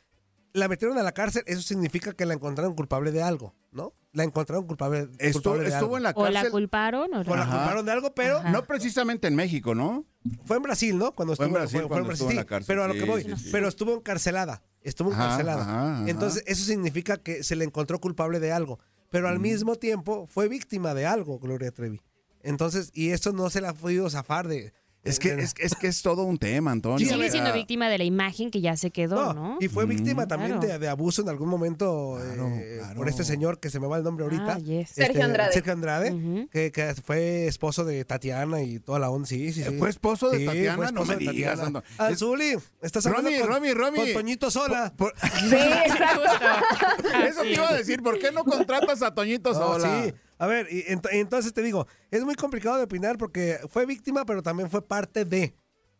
Speaker 3: la metieron a la cárcel, eso significa que la encontraron culpable de algo, ¿no? La encontraron culpable,
Speaker 5: Estuvo-
Speaker 3: culpable de
Speaker 5: estuvo
Speaker 3: algo.
Speaker 5: en la
Speaker 7: O la culparon o
Speaker 3: O la culparon de algo, pero...
Speaker 5: No precisamente en México, ¿no?
Speaker 3: Fue en Brasil, ¿no? Cuando
Speaker 5: Fue en
Speaker 3: estuvo-
Speaker 5: Brasil
Speaker 3: fue- fue en
Speaker 5: cuando
Speaker 3: Brasil,
Speaker 5: estuvo en
Speaker 3: sí,
Speaker 5: la cárcel.
Speaker 3: Pero a lo que
Speaker 5: Sí,
Speaker 3: voy,
Speaker 5: sí, sí.
Speaker 3: pero estuvo encarcelada. Estuvo
Speaker 5: Ajá,
Speaker 3: encarcelada.
Speaker 5: ajá, ajá.
Speaker 3: Entonces, eso significa que se le encontró culpable de algo. Pero
Speaker 5: Mm.
Speaker 3: al mismo tiempo fue víctima de algo, Gloria Trevi. Entonces, y eso no se la ha podido zafar de.
Speaker 5: Es que, es, que- es que es todo un tema, Antonio.
Speaker 7: Sigue
Speaker 5: O sea,
Speaker 7: siendo víctima de la imagen que ya se quedó, ¿no?
Speaker 3: Y fue víctima también
Speaker 7: Mm, Claro.
Speaker 3: de, de abuso en algún momento eh, por este señor que se me va el nombre ahorita.
Speaker 7: Ah, yes.
Speaker 3: Este,
Speaker 7: Sergio Andrade.
Speaker 3: Sergio Andrade, que, que fue esposo de Tatiana y toda la onda. Sí, sí, sí.
Speaker 5: Eh, ¿Fue esposo de
Speaker 3: Sí, fue
Speaker 5: Tatiana? no
Speaker 3: esposo
Speaker 5: me
Speaker 3: de
Speaker 5: digas,
Speaker 3: Tatiana.
Speaker 5: Antonio.
Speaker 3: Anzuli, estás hablando
Speaker 5: Romy,
Speaker 3: con,
Speaker 5: Romy, Romy.
Speaker 3: con Toñito Sola.
Speaker 5: Sí, exacto. Eso te iba a decir, ¿por qué no contratas a Toñito
Speaker 3: No,
Speaker 5: Sola?
Speaker 3: sí. A ver, y ent- entonces te digo, es muy complicado de opinar porque fue víctima, pero también fue parte de.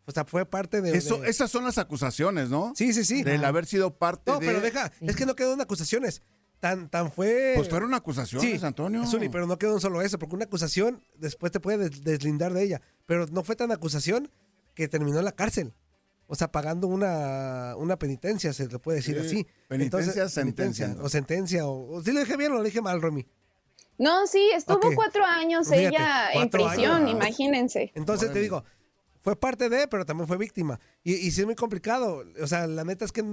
Speaker 3: O sea, fue parte de.
Speaker 5: Eso,
Speaker 3: de-
Speaker 5: esas son las acusaciones, ¿no?
Speaker 3: Sí, sí, sí.
Speaker 5: Del haber sido parte
Speaker 3: No,
Speaker 5: Este, de.
Speaker 3: pero deja, es que no quedaron acusaciones. Tan, tan fue.
Speaker 5: Pues fueron acusaciones, Antonio.
Speaker 3: Zuli, pero no quedó en solo eso, porque una acusación después te puede des- deslindar de ella. Pero no fue tan acusación que terminó en la cárcel. O sea, pagando una, una penitencia, se le puede decir
Speaker 5: Sí,
Speaker 3: así.
Speaker 5: penitencia, sentencia,
Speaker 3: penitencia, O sentencia, o. Si lo dije bien o lo dije mal, Romy.
Speaker 13: No, sí, estuvo
Speaker 3: Ok.
Speaker 13: cuatro años
Speaker 3: Fíjate,
Speaker 13: ella en
Speaker 3: cuatro
Speaker 13: prisión,
Speaker 3: años.
Speaker 13: imagínense.
Speaker 3: Entonces te digo, fue parte de, pero también fue víctima. Y, y sí es muy complicado. O sea, la neta es que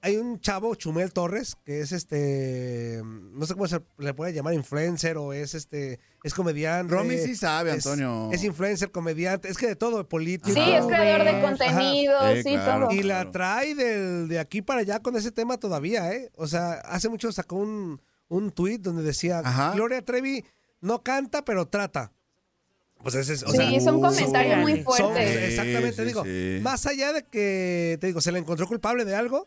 Speaker 3: hay un chavo, Chumel Torres, que es este, no sé cómo se le puede llamar, influencer o es este, es comediante.
Speaker 5: Romy sí sabe,
Speaker 3: es-
Speaker 5: Antonio.
Speaker 3: Es, influencer, comediante, es que de todo, político.
Speaker 13: Sí, es creador de contenido,
Speaker 3: Ajá.
Speaker 13: sí, todo.
Speaker 3: Y la trae del- de aquí para allá con ese tema todavía, ¿eh? O sea, hace mucho sacó un, un tweet donde decía, Gloria Trevi no canta, pero trata. Pues ese es, o
Speaker 13: Sí,
Speaker 3: sea,
Speaker 13: es un comentario muy
Speaker 3: son-
Speaker 13: fuerte.
Speaker 3: son- Eh, exactamente,
Speaker 5: Sí, sí,
Speaker 3: digo.
Speaker 5: sí.
Speaker 3: Más allá de que, te digo, se le encontró culpable de algo,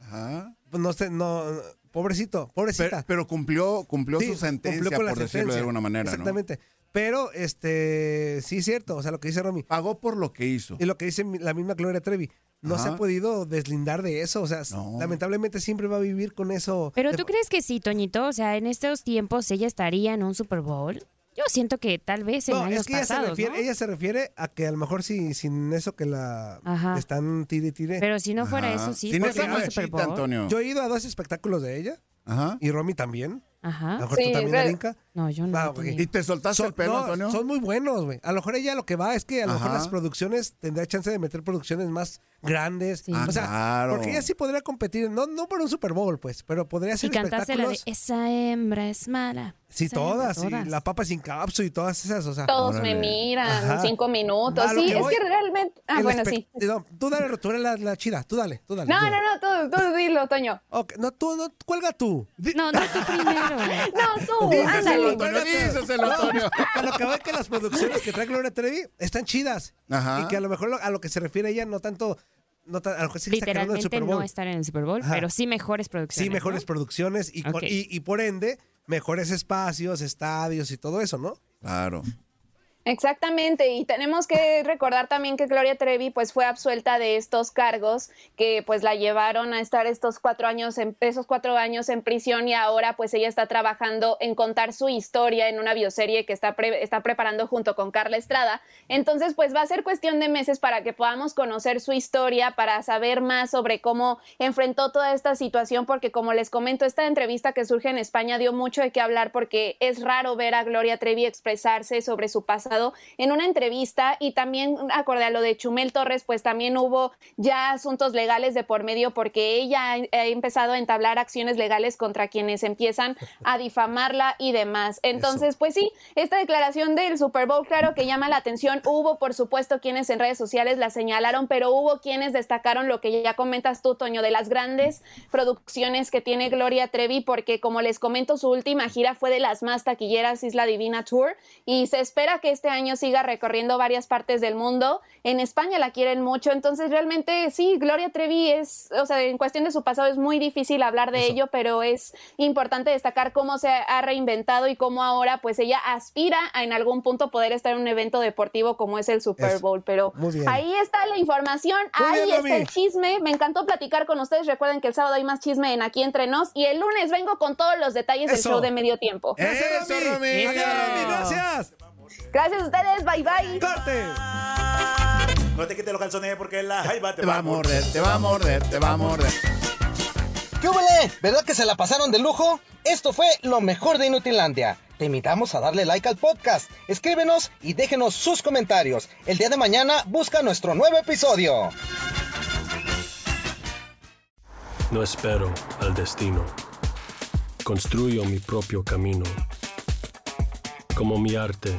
Speaker 5: Ajá.
Speaker 3: pues no sé, no, pobrecito, pobrecita.
Speaker 5: Pero, pero cumplió, cumplió
Speaker 3: Sí,
Speaker 5: su sentencia,
Speaker 3: cumplió con la
Speaker 5: por decirlo de
Speaker 3: sentencia.
Speaker 5: alguna manera, ¿no?
Speaker 3: Exactamente. Pero, este, sí es cierto, o sea, lo que dice Romy.
Speaker 5: Pagó por lo que hizo.
Speaker 3: Y lo que dice mi- la misma Gloria Trevi. No se
Speaker 5: Ajá.
Speaker 3: ha podido deslindar de eso, o sea, s- lamentablemente siempre va a vivir con eso.
Speaker 7: Pero
Speaker 3: de-
Speaker 7: tú crees que sí, Toñito, o sea, en estos tiempos ella estaría en un Super Bowl. Yo siento que tal vez en
Speaker 3: No,
Speaker 7: años
Speaker 3: es que ella se,
Speaker 7: pasados,
Speaker 3: refiere,
Speaker 7: ¿no?
Speaker 3: ella se refiere a que a lo mejor si, sin eso que la
Speaker 7: Ajá.
Speaker 3: están tire y tire.
Speaker 7: Pero si no fuera Ajá. eso, sí,
Speaker 3: Sin
Speaker 7: podría
Speaker 3: esa
Speaker 7: ir al
Speaker 3: marchita,
Speaker 7: Super Bowl. Antonio.
Speaker 3: Yo he ido a dos espectáculos de ella. Y Romy también.
Speaker 7: Ajá.
Speaker 3: A lo mejor tú también, Darinka.
Speaker 7: No, yo no.
Speaker 3: Ah, ok.
Speaker 5: ¿Y te soltaste
Speaker 3: Son-
Speaker 5: el pelo,
Speaker 3: no,
Speaker 5: Antonio?
Speaker 3: Son muy buenos, güey. A lo mejor ella lo que va es que a lo mejor
Speaker 5: Ajá.
Speaker 3: las producciones tendrá chance de meter producciones más grandes.
Speaker 5: Ah,
Speaker 3: O sea,
Speaker 5: claro.
Speaker 3: porque ella sí podría competir, no, no por un Super Bowl, pues, pero podría
Speaker 7: Y
Speaker 3: hacer
Speaker 7: cantarse la de
Speaker 3: espectáculos.
Speaker 7: Esa hembra es mala.
Speaker 3: Sí,
Speaker 7: Esa hembra,
Speaker 3: todas, Y la papa sin capsu y todas esas, o sea.
Speaker 13: Todos me miran,
Speaker 3: ah, Ajá.
Speaker 13: cinco minutos.
Speaker 3: A lo
Speaker 13: Sí,
Speaker 3: que
Speaker 13: es
Speaker 3: voy,
Speaker 13: que realmente. Ah,
Speaker 3: el
Speaker 13: bueno, sí.
Speaker 3: espect- No, tú dale, tú eres la, la chida, tú dale, tú dale.
Speaker 13: No,
Speaker 3: tú.
Speaker 13: no, no, tú, tú dilo, Toño.
Speaker 3: Ok, no, tú, no, cuelga tú.
Speaker 7: No, no, tú primero.
Speaker 13: no, tú,
Speaker 3: Díselo,
Speaker 13: ándale.
Speaker 3: Antonio,
Speaker 5: díselo,
Speaker 3: No,
Speaker 5: Antonio.
Speaker 3: a lo que va es que las producciones que trae Gloria Trevi están chidas.
Speaker 5: Ajá.
Speaker 3: Y que a lo mejor lo- a lo que se refiere ella no tanto... No tan- a lo que sí está quedando en el
Speaker 7: Literalmente
Speaker 3: Super
Speaker 7: no
Speaker 3: Bowl.
Speaker 7: estar en el Super Bowl,
Speaker 3: Ajá.
Speaker 7: pero sí mejores producciones.
Speaker 3: Sí, mejores
Speaker 7: ¿no?
Speaker 3: producciones y, por-
Speaker 7: Ok.
Speaker 3: y, y por ende, mejores espacios, estadios y todo eso, ¿no?
Speaker 5: Claro.
Speaker 13: Exactamente, y tenemos que recordar también que Gloria Trevi pues fue absuelta de estos cargos que pues la llevaron a estar estos cuatro años en, esos cuatro años en prisión y ahora pues ella está trabajando en contar su historia en una bioserie que está, pre- está preparando junto con Carla Estrada. Entonces pues va a ser cuestión de meses para que podamos conocer su historia, para saber más sobre cómo enfrentó toda esta situación, porque como les comento, esta entrevista que surge en España dio mucho de qué hablar porque es raro ver a Gloria Trevi expresarse sobre su pasado en una entrevista y también acorde a lo de Chumel Torres, pues también hubo ya asuntos legales de por medio porque ella ha- ha empezado a entablar acciones legales contra quienes empiezan a difamarla y demás. Entonces, pues sí, esta declaración del Super Bowl, claro que llama la atención. Hubo, por supuesto, quienes en redes sociales la señalaron, pero hubo quienes destacaron lo que ya comentas tú, Toño, de las grandes producciones que tiene Gloria Trevi, porque como les comento, su última gira fue de las más taquilleras, Isla Divina Tour, y se espera que este año siga recorriendo varias partes del mundo. En España la quieren mucho, entonces realmente sí, Gloria Trevi es, o sea, en cuestión de su pasado es muy difícil hablar de ello, pero es importante destacar cómo se ha reinventado y cómo ahora pues ella aspira a en algún punto poder estar en un evento deportivo como es el Super
Speaker 3: Eso.
Speaker 13: Bowl, pero
Speaker 3: Muy bien.
Speaker 13: ahí está la información,
Speaker 3: Muy
Speaker 13: ahí
Speaker 3: bien,
Speaker 13: está
Speaker 3: Romy.
Speaker 13: el chisme, me encantó platicar con ustedes, recuerden que el sábado hay más chisme en Aquí Entre Nos y el lunes vengo con todos los detalles
Speaker 3: Eso.
Speaker 13: del show de medio tiempo.
Speaker 3: Gracias, Romy. Gracias, Romy. Gracias.
Speaker 13: Gracias a ustedes, bye bye.
Speaker 4: No te quites los calzones porque la jaiba
Speaker 5: Te va a morder, te va a morder, te va a morder.
Speaker 16: ¿Qué hubole? ¿Verdad que se la pasaron de lujo? Esto fue lo mejor de Inutilandia. Te invitamos a darle like al podcast, escríbenos y déjenos sus comentarios. El día de mañana busca nuestro nuevo episodio.
Speaker 17: No espero al destino. Construyo mi propio camino. Como mi arte.